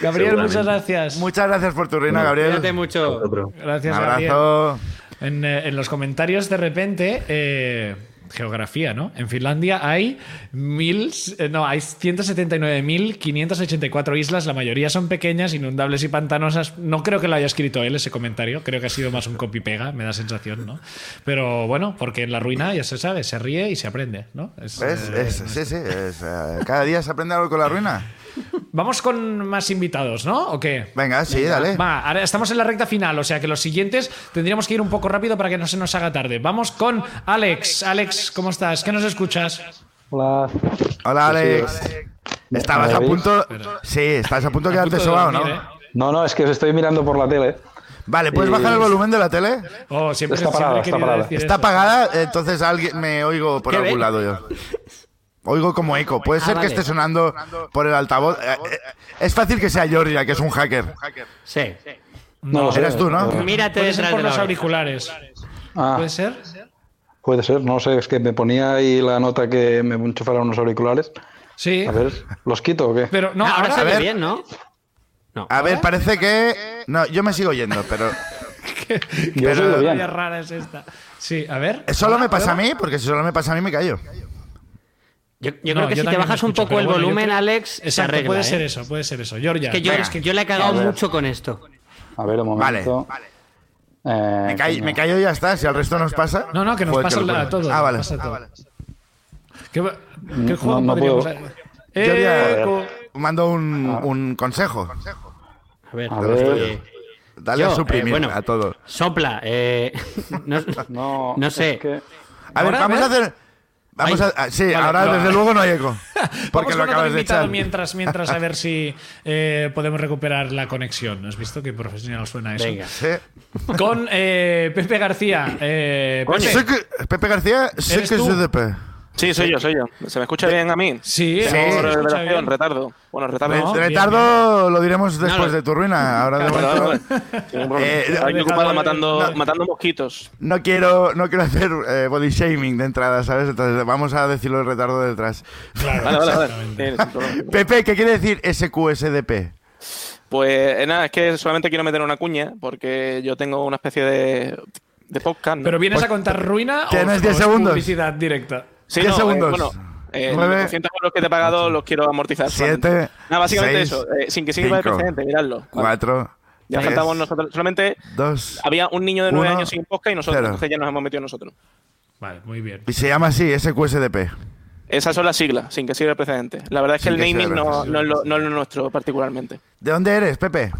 Gabriel, muchas Seguramente. gracias. Muchas gracias por tu reina, Cuídate Gabriel. mucho. Otro. Un Gracias, Gabriel. abrazo. En, eh, en los comentarios, de repente, eh, geografía, ¿no? En Finlandia hay mil, eh, no, hay 179.584 islas, la mayoría son pequeñas, inundables y pantanosas. No creo que lo haya escrito él ese comentario, creo que ha sido más un copy-pega, me da sensación, ¿no? Pero bueno, porque en la ruina ya se sabe, se ríe y se aprende, ¿no? Es, Es- eh, es- sí, sí, es, eh, cada día se aprende algo con la ruina. Vamos con más invitados, ¿no? ¿O qué? Venga, sí, ¿eh? dale. Ah, Va, ahora estamos en la recta final, o sea que los siguientes tendríamos que ir un poco rápido para que no se nos haga tarde. Vamos con Alex. Alex, ¿cómo estás? ¿Qué nos escuchas? Hola. Hola, Alex. Estabas ¿Me a oís? punto. Sí, estabas a punto de quedarte punto de sobado, ¿no? dormir, ¿eh? No, no, es que os estoy mirando por la tele. Vale, ¿puedes Sí. bajar el volumen de la tele? Oh, siempre, Está siempre parada, he está querido parada. decir Está eso. apagada, entonces alguien me oigo por ¿Qué algún ve? lado yo. Oigo como eco. Puede Ah, ser vale. que esté sonando por el altavoz. Eh, eh, es fácil que sea Georgia, que es un hacker. Sí. No, lo sé. Eras tú, ¿no? Mírate Puede ser detrás por los de la oreja. auriculares. Ah, ¿Puede ser? puede ser, no sé, es que me ponía ahí la nota que me enchufaran unos auriculares. Sí. A ver, ¿los quito o qué? Pero no, Ah, ahora, ahora, se ve ver. bien, ¿no? A ver, parece que. No, yo me sigo yendo, pero. Yo os pero- oigo bien. qué rara es esta. Sí, a ver. Solo me pasa a mí, porque si solo me pasa a mí me callo. Yo, yo No, creo que si te también bajas lo un escucho, poco pero el bueno, yo volumen, creo- Alex, se Exacto, arregla. puede ¿eh? ser eso, puede ser eso. Georgia. Que yo, venga. es que yo le he cagado A ver. mucho con esto. A ver, un Vale. momento. Eh, Me, callo- coño. me callo y ya está. Si al resto nos pasa. No, no, que nos Joder, pasa qué locura. a todos, Ah, nos vale. pasa a Ah, todos. vale. ¿Qué, qué juego no podríamos puedo. hacer? Eh, Georgia, Eco. mando un, Ah. un consejo. A ver. A de los ver. tuyos. Dale Yo, a suprimir eh, bueno. a todo. Sopla. eh, no, No, no sé. es que- A ver, Ahora, vamos a a ver. hacer. Vamos Ay. a, ah, sí, Vale, ahora no. desde luego no hay eco. Porque Vamos lo con otro acabas de invitado echar. mientras, mientras a ver si eh, podemos recuperar la conexión. ¿Has visto que profesional suena eso? Venga. Sí. Con eh, Pepe García. Eh, Pepe. Pepe, Sé que- Pepe García, sé ¿Eres que tú? es de Pepe. Sí, soy yo, soy yo. ¿Se me escucha bien a mí? Sí, Sí. ahora Se Por se escucha revelación, bien. retardo. Bueno, retardo. Re- No, eh, bien, retardo lo diremos después lo- de tu ruina. Ahora de Vale, momento. vale, vale. Sin ningún problema. Eh, Estaba aquí dejado- ocupado matando, no. matando mosquitos. No quiero, no quiero hacer eh, body shaming de entrada, ¿sabes? Entonces vamos a decirlo el retardo detrás. Claro, Vale, vale, vale. exactamente. Sí, sin problema. Pepe, ¿qué quiere decir SQSDP? Pues eh, nada, es que solamente quiero meter una cuña porque yo tengo una especie de, de podcast. ¿no? Pero vienes a contar ruina Pues tienes o, 10 o es segundos. publicidad directa. Sí, ¿Qué no, eh, segundos? bueno, eh, Nueve, los 200 euros que te he pagado los quiero amortizar. Siete, solamente. Nada, básicamente seis, eso. eh, sin que sirva de cinco, precedente, miradlo. Vale. Cuatro, Ya tres, faltamos nosotros. Solamente dos. había un niño de 9 uno, años sin podcast y nosotros, cero. entonces ya nos hemos metido nosotros. Vale, muy bien. Y se llama así, SQSDP. Esas son las siglas, sin que sirva de precedente. La verdad es que Sin el que naming sirva de no, precedente. no es lo, no es lo nuestro particularmente. ¿De dónde eres, Pepe?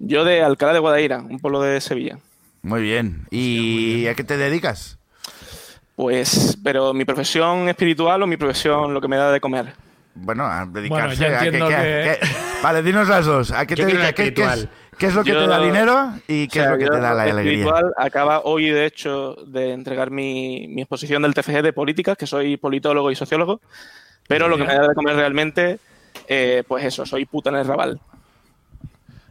Yo de Alcalá de Guadaira, un pueblo de Sevilla. Muy bien. ¿Y a qué te dedicas? Pues, pero mi profesión espiritual o mi profesión lo que me da de comer. Bueno, a dedicarse ya a qué- entiendo qué- que- qué- Vale, dinos las dos. ¿A qué Yo te quiero dedicas? la ¿Qué, qué es, espiritual. qué es lo que Yo- te da dinero y qué O sea, es lo que yo te da la alegría? espiritual acaba hoy, de hecho, de entregar mi, mi exposición del TFG de políticas, que soy politólogo y sociólogo, pero lo que me da de comer realmente, eh, pues eso, soy puta en el rabal.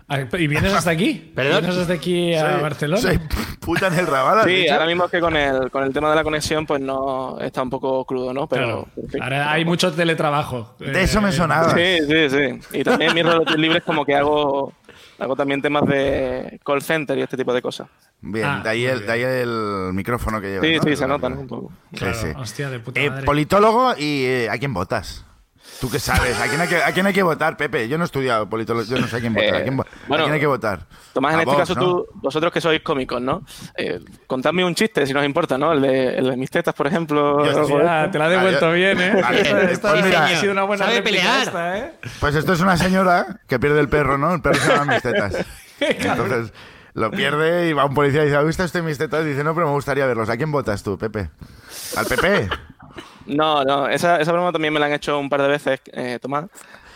Ah, ¿Y vienes hasta aquí? Perdón. ¿Vienes hasta aquí a Soy- Barcelona? Soy puta en el rabal. ¿has Sí, dicho? ahora mismo es que con el, con el tema de la conexión, pues no está un poco crudo, ¿no? Pero Claro. en fin. Ahora hay mucho teletrabajo. Eh, De eso me sonaba. Sí, sí, sí. Y también mis ratos libres como que hago, hago también temas de call center y este tipo de cosas. Bien, Ah, de, ahí muy el, bien. de ahí el micrófono que llevas. Sí, ¿no? sí, se nota ¿no? un poco. Sí, Claro, sí. Hostia, de puta Eh, madre. politólogo y eh, ¿a quién votas? ¿Tú qué sabes? ¿A quién, hay que, ¿A quién hay que votar, Pepe? Yo no he estudiado politólogo, yo no sé a quién votar. ¿A quién, vo- a Eh, bueno, quién hay que votar? Tomás, en A este Vox, caso ¿no? tú, vosotros que sois cómicos, ¿no? Eh, contadme un chiste, si nos importa, ¿no? El de, el de mis tetas, por ejemplo. Yo ah, algo estoy- de- Hostia, Ah, te la ha devuelto Adiós. bien, ¿eh? Adiós. Esta- esta Pues mira, ha sido una buena sabe réplica pelear. esta, ¿eh? Pues esto es una señora que pierde el perro, ¿no? El perro se llama mis tetas. Entonces lo pierde y va un policía y dice, ¿ha visto usted mis tetas? Y dice, no, pero me gustaría verlos. ¿A quién votas tú, Pepe? ¿Al PP? No, no, esa, esa broma también me la han hecho un par de veces, eh, Tomás.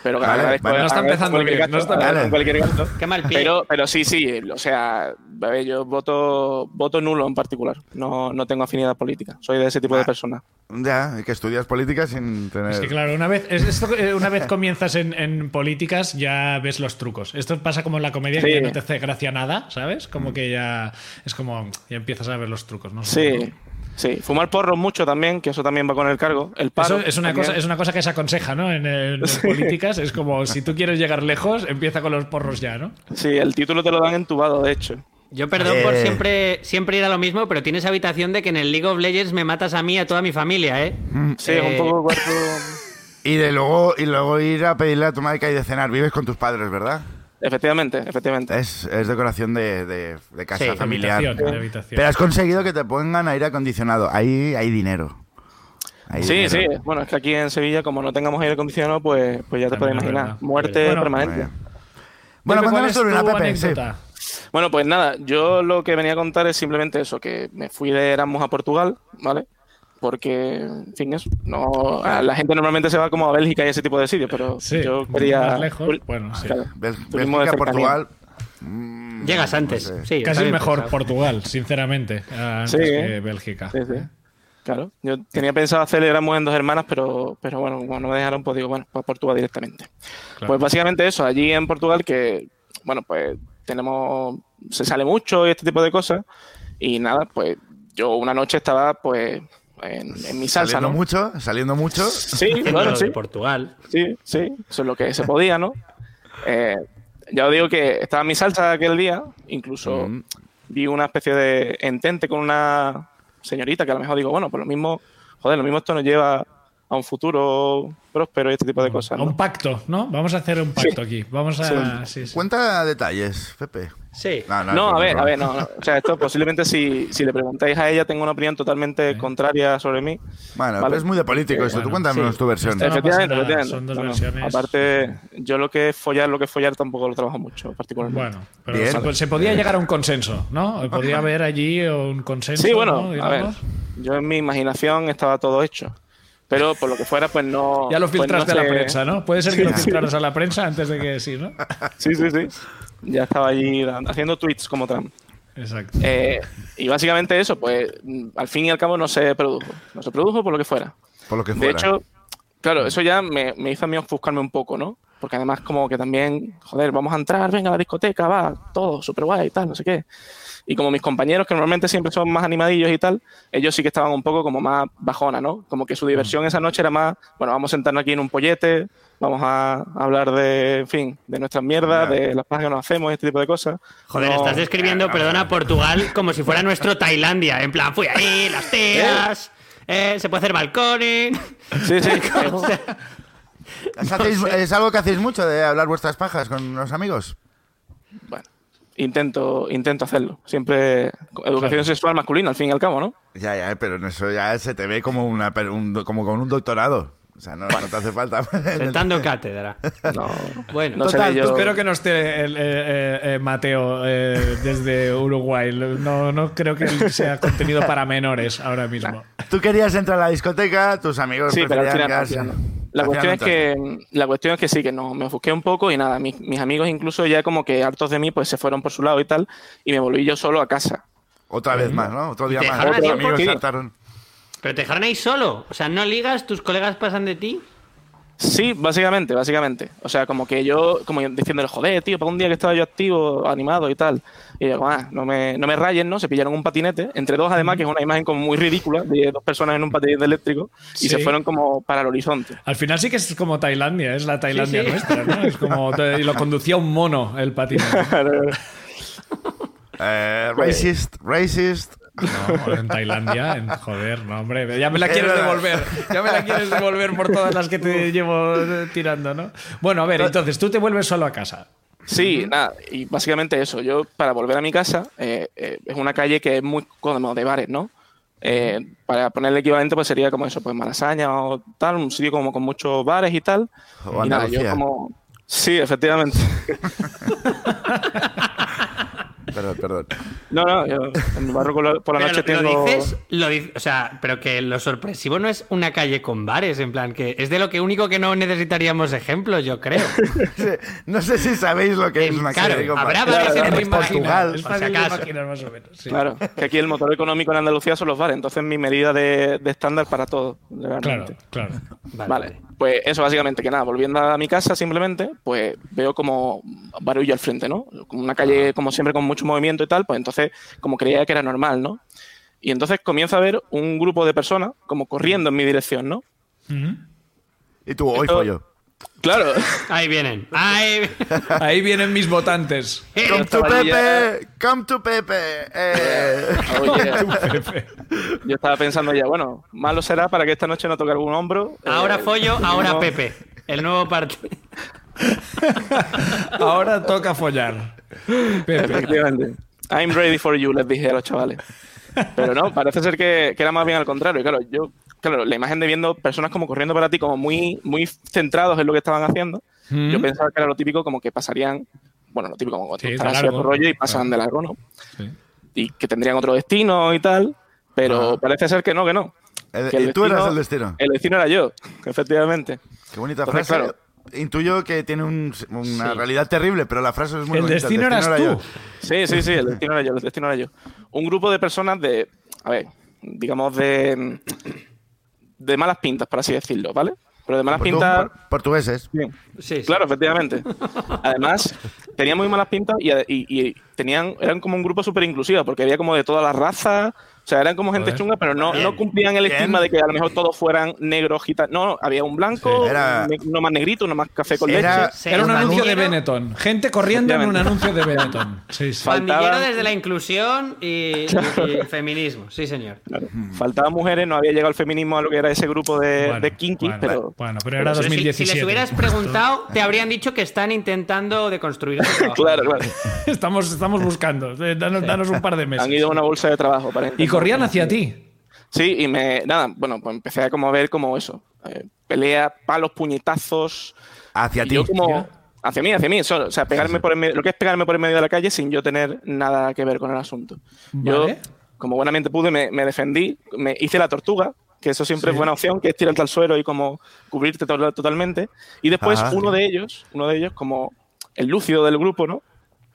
Pero Vale, agradezco- vale. No está agradezco empezando cualquier bien, no gasto, está agradezco cualquier gasto. Qué mal pie. Pero, pero sí, sí, o sea, a ver, yo voto, voto nulo en particular. No, no tengo afinidad política. Soy de ese tipo de Ah. persona. Ya, que estudias política sin tener. Es que claro, una vez, es esto, eh, una vez comienzas en, en políticas ya ves los trucos. Esto pasa como en la comedia que Sí. ya no te hace gracia nada, ¿sabes? Mm. Como que ya es como ya empiezas a ver los trucos, ¿no? Sí, sí. Fumar porros mucho también, que eso también va con el cargo. El paro. Eso es una, también. cosa, es una cosa que se aconseja, ¿no? En, eh, en políticas es como si tú quieres llegar lejos, empieza con los porros ya, ¿no? Sí, el título te lo dan entubado, de hecho. Yo perdón por Eh. siempre, siempre ir a lo mismo, pero tienes habitación de que en el League of Legends me matas a mí y a toda mi familia, ¿eh? Sí, Eh, es un poco cuarto. Y de luego, y luego ir a pedirle a tu madre que hay de cenar. Vives con tus padres, ¿verdad? Efectivamente, efectivamente. Es, es decoración de, de- de casa Sí, familiar. Habitación, habitación. Pero has conseguido que te pongan aire acondicionado. Ahí hay dinero. Hay Sí, dinero. sí. Bueno, es que aquí en Sevilla, como no tengamos aire acondicionado, pues, pues ya te puedes También es imaginar. verdad. Muerte Bueno, permanente. Muy bien. Bueno, Pepe, ¿cuál cuéntanos es sobre tu una Pepe. sí. anécdota? Bueno, pues nada, yo lo que venía a contar es simplemente eso, que me fui de Erasmus a Portugal, ¿vale? Porque, en fin, eso. No, a la gente normalmente se va como a Bélgica y ese tipo de sitios, pero Sí, yo quería. más lejos, bueno, sí. Claro. Bel- Turismo de Bélgica, cercanía. Portugal. Mm, Llegas antes. Pues, eh, no sé. Sí, Casi también mejor pensaba. Portugal, sinceramente, antes Sí, que ¿eh? Bélgica. Sí, sí. Claro. Yo tenía pensado hacer Erasmus en dos hermanas, pero, pero bueno, como no me dejaron, pues digo, bueno, pues a Portugal directamente. Claro. Pues básicamente eso, allí en Portugal que, bueno, pues tenemos, se sale mucho y este tipo de cosas. Y nada, pues yo una noche estaba pues en, en mi salsa, saliendo ¿no? mucho, saliendo mucho. Sí, Haciendo bueno, lo sí, Pues, de Portugal. sí, sí, eso es lo que se podía, ¿no? Eh, ya os digo que estaba en mi salsa aquel día, incluso Mm. vi una especie de entente con una señorita que a lo mejor digo, bueno, pues lo mismo, joder, lo mismo esto nos lleva a un futuro próspero y este tipo de cosas. A ¿no? un pacto, ¿no? Vamos a hacer un pacto aquí. Vamos a. sí, sí. Cuenta detalles, Pepe. Sí. No, a es ver, broma. a ver, no, no. O sea, esto posiblemente si, si le preguntáis a ella tengo una opinión totalmente contraria sobre mí. Bueno, Vale. Este, es muy de político esto. Tú bueno, cuéntanos sí. tu versión. Esto no pasa efectivamente, nada, pues efectivamente. son dos No, no. versiones. Aparte, yo lo que es follar, lo que es follar tampoco lo trabajo mucho, particularmente. Bueno, pero Bien. se, po- se podía llegar a un consenso, ¿no? Podía haber allí un consenso. sí, bueno, ¿no? a ver. Digamos. Yo en mi imaginación estaba todo hecho. Pero por lo que fuera, pues no. Ya lo pues filtraste no a la sé. prensa, ¿no? Puede ser que lo Sí, sí. filtraros a la prensa antes de que sí, ¿no? Sí, sí, sí. Ya estaba allí haciendo tweets como Trump. Exacto. Eh, y básicamente eso, pues mm, al fin y al cabo no se produjo. No se produjo por lo que fuera. Por lo que De fuera. hecho, claro, eso ya me, me hizo a mí ofuscarme un poco, ¿no? Porque además como que también, joder, vamos a entrar, venga a la discoteca, va, todo, súper guay y tal, no sé qué. Y como mis compañeros, que normalmente siempre son más animadillos y tal, ellos sí que estaban un poco como más bajona, ¿no? Como que su diversión esa noche era más, bueno, vamos a sentarnos aquí en un pollete, vamos a hablar de, en fin, de nuestras mierdas, Ya. de las pajas que nos hacemos, este tipo de cosas. Joder, No- estás describiendo, perdona, Portugal como si fuera nuestro Tailandia. En plan, fui ahí, las teas, eh, se puede hacer balcones. Sí, sí. O sea, ¿Es, hacéis- es algo que hacéis mucho de hablar vuestras pajas con los amigos? bueno, intento, intento hacerlo. Siempre educación sexual masculina, al fin y al cabo, ¿no? Ya, ya, pero en eso ya se te ve como, una, per- un, do- como con un doctorado. O sea, no, no te hace falta. sentando cátedra. No. Bueno, No Total, sé, yo- espero que no esté el, eh, eh, eh, Mateo eh, desde Uruguay. No, no creo que sea contenido para menores ahora mismo. Tú querías entrar a la discoteca, tus amigos Sí, pero al preferían final, al quedarse- final no. La al cuestión, es final no que, la cuestión es que sí, que no, me ofusqué un poco y nada, mis, mis amigos incluso ya como que hartos de mí pues se fueron por su lado y tal y me volví yo solo a casa. entraste. Otra vez más, ¿no? Otro día Te más. dejaron Otros a tiempo, amigos sí. saltaron. Pero te dejaron ahí solo. O sea, no ligas, tus colegas pasan de ti. Sí, básicamente, básicamente. O sea, como que yo, como diciéndole, joder, tío, para un día que estaba yo activo, animado y tal. Y yo, "Ah, no me, no me rayen, ¿no? Se pillaron un patinete, entre dos además, que es una imagen como muy ridícula, de dos personas en un patinete eléctrico, y Sí. se fueron como para el horizonte. Al final sí que es como Tailandia, es la Tailandia Sí, sí. nuestra, ¿no? Es como y lo conducía un mono el patinete. Eh, racist, racist. Ah, No, en Tailandia, en- joder, no, hombre. Ya me la Es quieres verdad. devolver. Ya me la quieres devolver por todas las que te llevo eh, tirando, ¿no? Bueno, a ver, entonces tú te vuelves solo a casa. Sí, nada, y básicamente eso. Yo, para volver a mi casa, eh, eh, es una calle que es muy como de bares, ¿no? Eh, para poner el equivalente, pues sería como eso, pues Malasaña o tal, un sitio como con muchos bares y tal. O y nada, yo Andalucía. como. Sí, efectivamente. perdón, perdón. No, no, yo en mi barrio por la, por la Pero noche lo, tengo. lo dices, lo dices, o sea, pero que lo sorpresivo no es una calle con bares, en plan, que es de lo que único que no necesitaríamos ejemplos, yo creo. No sé si sabéis lo que es En- una claro, calle de copas. habrá bares en en Prima- Portugal. Es Por si fácil de acaso. imaginar más o menos. sí. Claro, que aquí el motor económico en Andalucía son los bares, entonces mi medida de, de estándar para todo. claro, realmente. claro. Vale. Vale, pues eso básicamente, que nada, volviendo a mi casa simplemente, pues veo como barullo al frente, ¿no? Como una calle como siempre con mucho movimiento y tal, pues entonces como creía que era normal, ¿no? Y entonces comienzo a ver un grupo de personas como corriendo en mi dirección, ¿no? Y tú, hoy follo. Claro, Ahí vienen. Ahí... Ahí vienen mis votantes. Come to estaba allí, Pepe, come to Pepe. eh. Oye, yo estaba pensando ya, bueno, malo será para que esta noche no toque algún hombro. eh, Ahora Follo, ahora no- Pepe. El nuevo partido. Ahora toca follar. Pepe. Efectivamente. I'm ready for you, les dije a los chavales. Pero no, parece ser que, que era más bien al contrario. Y claro, yo, claro, la imagen de viendo personas como corriendo para ti, como muy, muy centrados en lo que estaban haciendo, yo pensaba que era lo típico como que pasarían, bueno, lo típico como que Sí, de estarán así a tu largo. rollo y pasan de largo, ¿no? Y que tendrían otro destino y tal, pero parece ser que no, que no. El- Que el eh, y tú eras destino- el destino. El destino era yo, efectivamente. Qué bonita Entonces, frase. claro. Intuyo que tiene un- una realidad terrible, pero la frase es muy El bonita. destino eras era tú. yo. Pues Sí, sí, sí, el destino era yo, el destino era yo. Un grupo de personas de, a ver, digamos de, de malas pintas, por así decirlo, ¿vale? Pero de malas Portu- pintas... por- Portugueses. bien. Sí, sí. Claro, efectivamente. Además, tenían muy malas pintas y, y- y tenían, eran como un grupo súper inclusivo, porque había como de todas las razas, o sea, eran como gente Joder. chunga, pero no, no cumplían el estigma de que a lo mejor todos fueran negros, gitanos. No, no, había un blanco, Sí. Era- un ne- uno más negrito, uno más café con Era- leche. Sí, Era un anuncio de bandillero- Benetton. Gente corriendo en un Efectivamente. anuncio de Benetton. Sí, sí. Faltaban- Bandillero desde la inclusión y, y feminismo. Sí, señor. Faltaban mujeres, no había llegado el feminismo a lo que era ese grupo de, Bueno, de kinkies, bueno, pero... bueno, pero era pero Si- 2017. Si, les hubieras preguntado, te habrían dicho que están intentando deconstruir. su trabajo. Claro, claro. Estamos, estamos buscando. Eh, Danos, danos un par de meses. Han ido a una bolsa de trabajo. para Y intentar- corrían hacia ti. Sí, y me. Nada, bueno, pues empecé a como ver como eso. eh, pelea, palos, puñetazos. Hacia y ti. yo como. Hacia mí, hacia mí. solo, o sea, pegarme por el medio, lo que es pegarme por el medio de la calle sin yo tener nada que ver con el asunto. Yo, Vale. como buenamente pude, me, me defendí, me hice la tortuga, que eso siempre Sí. es buena opción, que es tirarte al suelo y como cubrirte to- totalmente. Y después Ajá. uno de ellos, uno de ellos, como el lúcido del grupo, ¿no?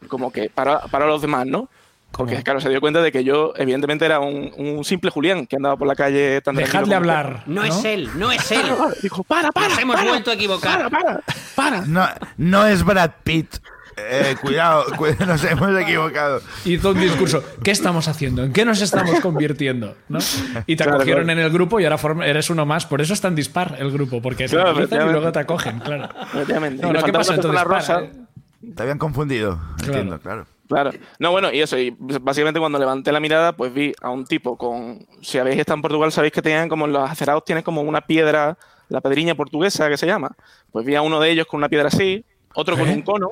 Como que para, para los demás, ¿no? Porque, claro, se dio cuenta de que yo, evidentemente, era un, un simple Julián que andaba por la calle tan tranquilo Dejadle como- hablar. No, es él, no es él. Claro, claro. Dijo, para, para. Nos hemos para, vuelto a equivocar. Para, para, para. No, no es Brad Pitt. Eh, cuidado, cu- nos hemos equivocado. Hizo un discurso. ¿Qué estamos haciendo? ¿En qué nos estamos convirtiendo? ¿No? Y te Claro, acogieron claro. en el grupo y ahora form- eres uno más. Por eso es tan dispar el grupo, porque se Claro, organizan y efectivamente. luego te acogen, claro. Efectivamente. No, Y le no, ¿qué faltaba pasa una persona entonces? Para, eh, rosa. Te habían confundido. Entiendo, claro. Claro. No, bueno, y eso. Y básicamente cuando levanté la mirada, pues vi a un tipo con. Si habéis estado en Portugal, sabéis que tenían como en los acerados, tienen como una piedra, la pedriña portuguesa que se llama. Pues vi a uno de ellos con una piedra así, otro con ¿Eh? un cono,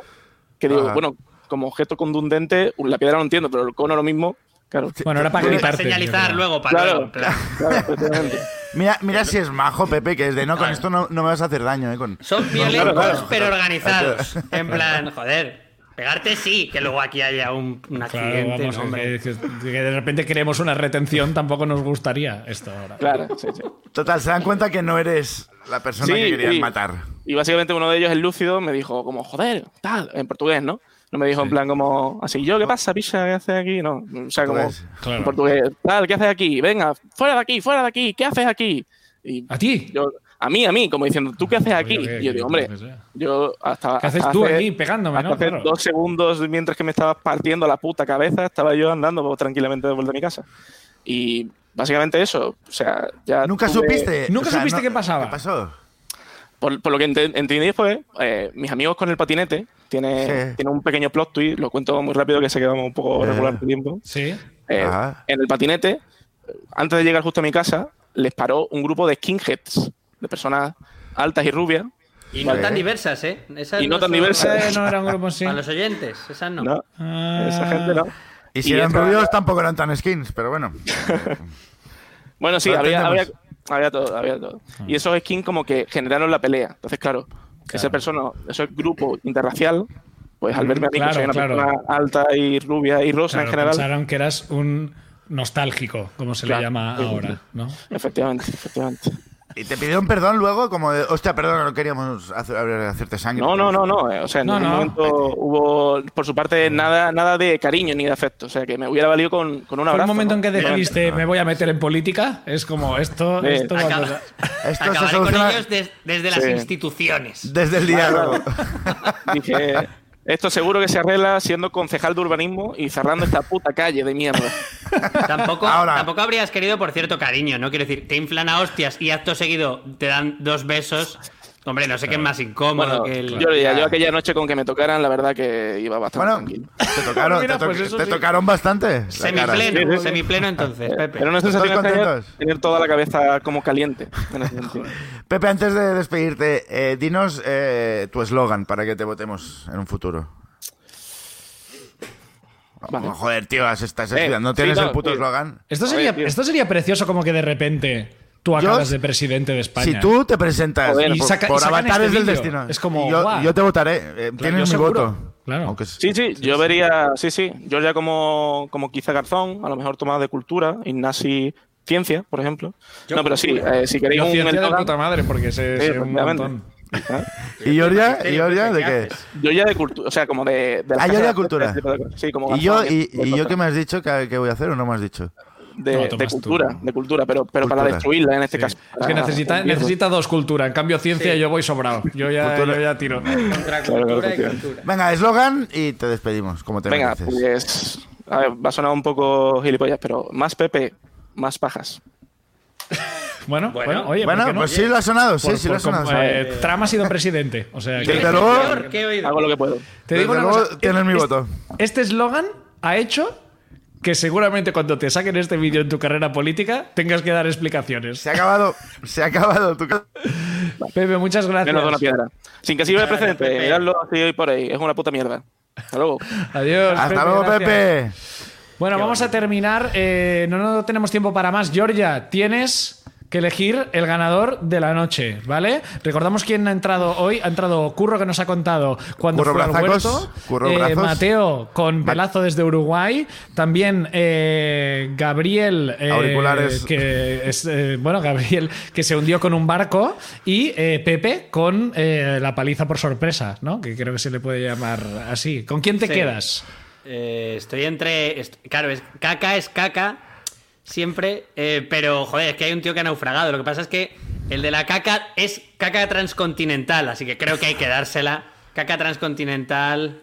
que digo, Ajá. bueno, como objeto contundente, la piedra no entiendo, pero el cono lo mismo. Claro. Bueno, era para Para gritarte. señalizar yo creo. luego, para Claro, luego, claro. claro, efectivamente. Mira, mira si es majo, Pepe, que es de no, con esto no, no me vas a hacer daño, eh. Con... Son violentos, pero organizados. En plan, joder, pegarte sí, que luego aquí haya un, un accidente. Claro, vamos, ¿no, hombre? que, que- que de repente queremos una retención, tampoco nos gustaría esto ahora. Claro, sí, sí. Total, se dan cuenta que no eres la persona que Sí, querían sí. matar. Y básicamente uno de ellos, el lúcido, me dijo como, joder, tal, en portugués, ¿no? No me dijo en plan como, así, yo, ¿qué pasa, picha? ¿Qué haces aquí? No, o sea, como, Portugués. Claro. en portugués, tal, ¿qué haces aquí? Venga, fuera de aquí, fuera de aquí, ¿qué haces aquí? Y ¿A ti? yo, a mí, a mí, como diciendo, ¿tú qué haces aquí? Oye, Y yo que- digo, hombre, que sea. yo hasta... ¿Qué haces hasta tú hace- aquí pegándome, hasta no? hace Claro. dos segundos mientras que me estabas partiendo la puta cabeza, estaba yo andando pues, tranquilamente de vuelta a mi casa. Y básicamente eso, o sea, ya... Nunca tuve- supiste. Nunca supiste qué pasaba. ¿Qué pasó? Por, por lo que ente- entendí después, eh, mis amigos con el patinete, tiene, Sí. tiene un pequeño plot twist, lo cuento muy rápido que se quedamos un poco Eh. regular de tiempo. Sí. Eh, Ah. En el patinete, eh, antes de llegar justo a mi casa, les paró un grupo de skinheads, de personas altas y rubias, Y no Vale. tan diversas, ¿eh? Esas Y no tan son- diversas. Eh, no era un grupo así. Para los oyentes, esas no. ¿no? Ah. Esa gente, ¿no? Y si Y eran esa- rubios, tampoco eran tan skins, pero bueno. Bueno, sí, Lo había, había, entendemos. había todo, había todo. Y esos skins como que generaron la pelea. Entonces, claro, ese persona, ese grupo interracial pues al verme a mí, Mm, Claro, que soy una claro. persona alta y rubia y rosa Claro, Pues en general, pensaron que eras un nostálgico, como se Claro. le llama Sí. ahora, ¿no? efectivamente, efectivamente. ¿Y te pidieron perdón luego? Como de, hostia, perdón, no queríamos hacer- hacerte sangre. No, no, no, no. eh, O sea, en No, ningún no. momento hubo, por su parte, nada, nada de cariño ni de afecto. O sea, que me hubiera valido con, con un Fue abrazo. un momento ¿no? en que Realmente. decidiste, me voy a meter en política, es como esto, Eh, esto va a Acaba- pasar. Esto se acabaré con soluciona ellos des- desde las Sí. instituciones. desde el diálogo. Dije, esto seguro que se arregla siendo concejal de urbanismo y cerrando esta puta calle de mierda. Tampoco, Ahora. tampoco habrías querido, por cierto, cariño, ¿no? Quiero decir, te inflan a hostias y acto seguido te dan dos besos. Hombre, no sé qué es más incómodo Bueno, que el. yo, ya, yo aquella noche con que me tocaran, la verdad que iba bastante Bueno, tranquilo. te tocaron, Mira, te to- pues eso te sí. tocaron bastante. la cara. Semipleno, semipleno entonces, Pepe. Era una sensación ¿Estáis extraña contentos? tener toda la cabeza como caliente. en ese sentido. Pepe, antes de despedirte, eh, dinos eh, tu eslogan para que te votemos en un futuro. Vale. Eh, Oh, joder, tío, has- estás estudiando. sí, ¿No tienes claro, el puto sí. eslogan? Esto Joder, sería, tío. esto sería precioso como que de repente tú acabas Yo- de presidente de España. Si tú te presentas Joder, y y saca- por y sacan avatares este del vídeo. destino, Es como, y yo, guau. yo te votaré. eh, tienes mi yo seguro. voto. Claro. Aunque s- Sí, sí, yo vería, sí, sí, yo ya como, como quizá Garzón, a lo mejor Tomás de Cultura, Ignasi Ciencia, por ejemplo. no, pero sí, eh, si queréis Yo un ciencia de eslogan- puta madre porque sé, Sí, sé un efectivamente. montón. ¿Y Georgia? ¿Y Georgia de qué? haces? Yo ya de cultura, o sea, como Ah, de, de yo casas ya artes, cultura. ese tipo de cosas. Sí, como ¿Y yo, Garzón, y, ese tipo de y yo cosas. que me has dicho que, que voy a hacer o no me has dicho? de, No, de tomas tú. cultura, de cultura, pero, pero para Cultura. destruirla en este caso. Es que Para necesita, hundirla. necesita dos culturas. En cambio, ciencia Sí. yo voy sobrado. Yo ya, Cultura. yo ya tiro. Contra Claro, claro, cultura y tío. cultura. Venga, eslogan y te despedimos, como te Venga, mereces. pues a ver, va a sonar un poco gilipollas, pero más Pepe, más pajas. Bueno, bueno, Bueno. oye, ¿por bueno, qué no? pues sí lo ha sonado, sí, Por- sí lo ha por- sonado. como, eh, Trump ha sido presidente. O sea, Desde que- ¿Qué luego- peor que he oído? Hago lo que puedo. te Desde digo una luego cosa. tienes mi Este- voto. Este eslogan ha hecho que seguramente cuando te saquen este vídeo en tu carrera política tengas que dar explicaciones. Se ha acabado, se ha acabado tu ca- Pepe, muchas gracias. Menos de una piedra. Sin que sirva de Claro, precedente, Pepe. miradlo así hoy por ahí. Es una puta mierda. Hasta luego. Adiós. Hasta luego, gracias. Pepe. Bueno, vamos a terminar. eh, no, no tenemos tiempo para más. Georgia, tienes que elegir el ganador de la noche, ¿vale? Recordamos quién ha entrado hoy. Ha entrado Curro, que nos ha contado cuando Curro fue al Brazacos, huerto. Curro Eh, Brazos. Mateo, con pelazo desde Uruguay. También eh, Gabriel... eh, Auriculares. Que es, eh, bueno, Gabriel, que se hundió con un barco. Y eh, Pepe, con eh, la paliza por sorpresa, ¿no? Que creo que se le puede llamar así. ¿Con quién te Sí. quedas? Eh, estoy entre. est- claro, es, caca es caca. Siempre. eh, pero, joder, es que hay un tío que ha naufragado. Lo que pasa es que el de la caca es caca transcontinental. Así que creo que hay que dársela. Caca transcontinental.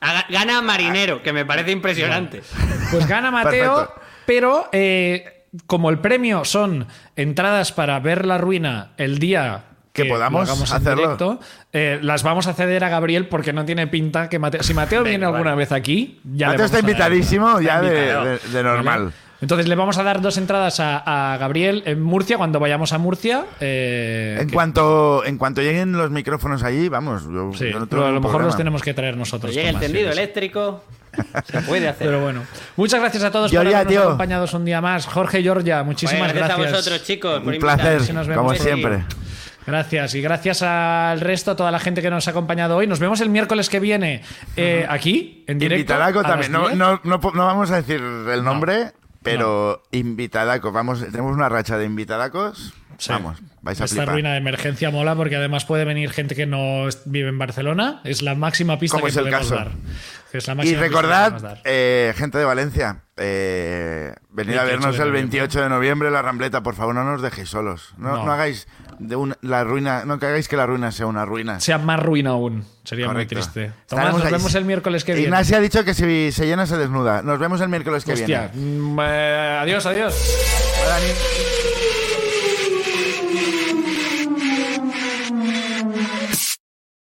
Haga- Gana Ah, marinero, que me parece impresionante. Pues gana Mateo, Perfecto. pero eh, como el premio son entradas para ver la ruina el día Que podamos lo hagamos en hacerlo. directo, eh, las vamos a ceder a Gabriel porque no tiene pinta que Mateo. Si Mateo viene alguna vez aquí, ya le Mateo vamos está a dar. invitadísimo ya de, invitado. de- de normal. ¿Vale? Entonces le vamos a dar dos entradas a, a Gabriel en Murcia cuando vayamos a Murcia. eh, En que- cuanto, en cuanto lleguen los micrófonos allí, vamos. Yo, sí, yo no tengo pero a lo ningún mejor los problema. tenemos que traer nosotros. Llega con el más, tendido pues sí, sí. eléctrico. Se puede hacer. Pero bueno, muchas gracias a todos por Georgia, habernos tío. acompañados un día más. Jorge Georgia, Joder, muchísimas gracias, a vosotros, chicos. por Un invitarme. placer, si nos vemos como por ahí. siempre. Gracias y gracias al resto, a toda la gente que nos ha acompañado hoy. Nos vemos el miércoles que viene eh, aquí, en directo. Invitadaco a las también. No, 10. no, no, po- no vamos a decir el nombre, pero invitadaco. Vamos, tenemos una racha de invitadacos. Sí. Vamos, vais a Esta flipar. ruina de emergencia mola porque además puede venir gente que no es- vive en Barcelona. Es la máxima pista Como que es el podemos caso. dar. Es la Y máxima pista que podemos recordad, dar. eh, gente de Valencia, eh, venid 28 de a vernos el noviembre. 28 de noviembre en la Rambleta. Por favor, no nos dejéis solos. No, No. no hagáis de un- la ruina, no que hagáis que la ruina sea una ruina. Sea más ruina aún. Sería Correcto. muy triste. Tomás, Estaremos nos ahí. vemos el miércoles que viene. Ignacio ha dicho que si se llena se desnuda. Nos vemos el miércoles que Hostia. viene. mm, eh, adiós, adiós. Hola, Dani.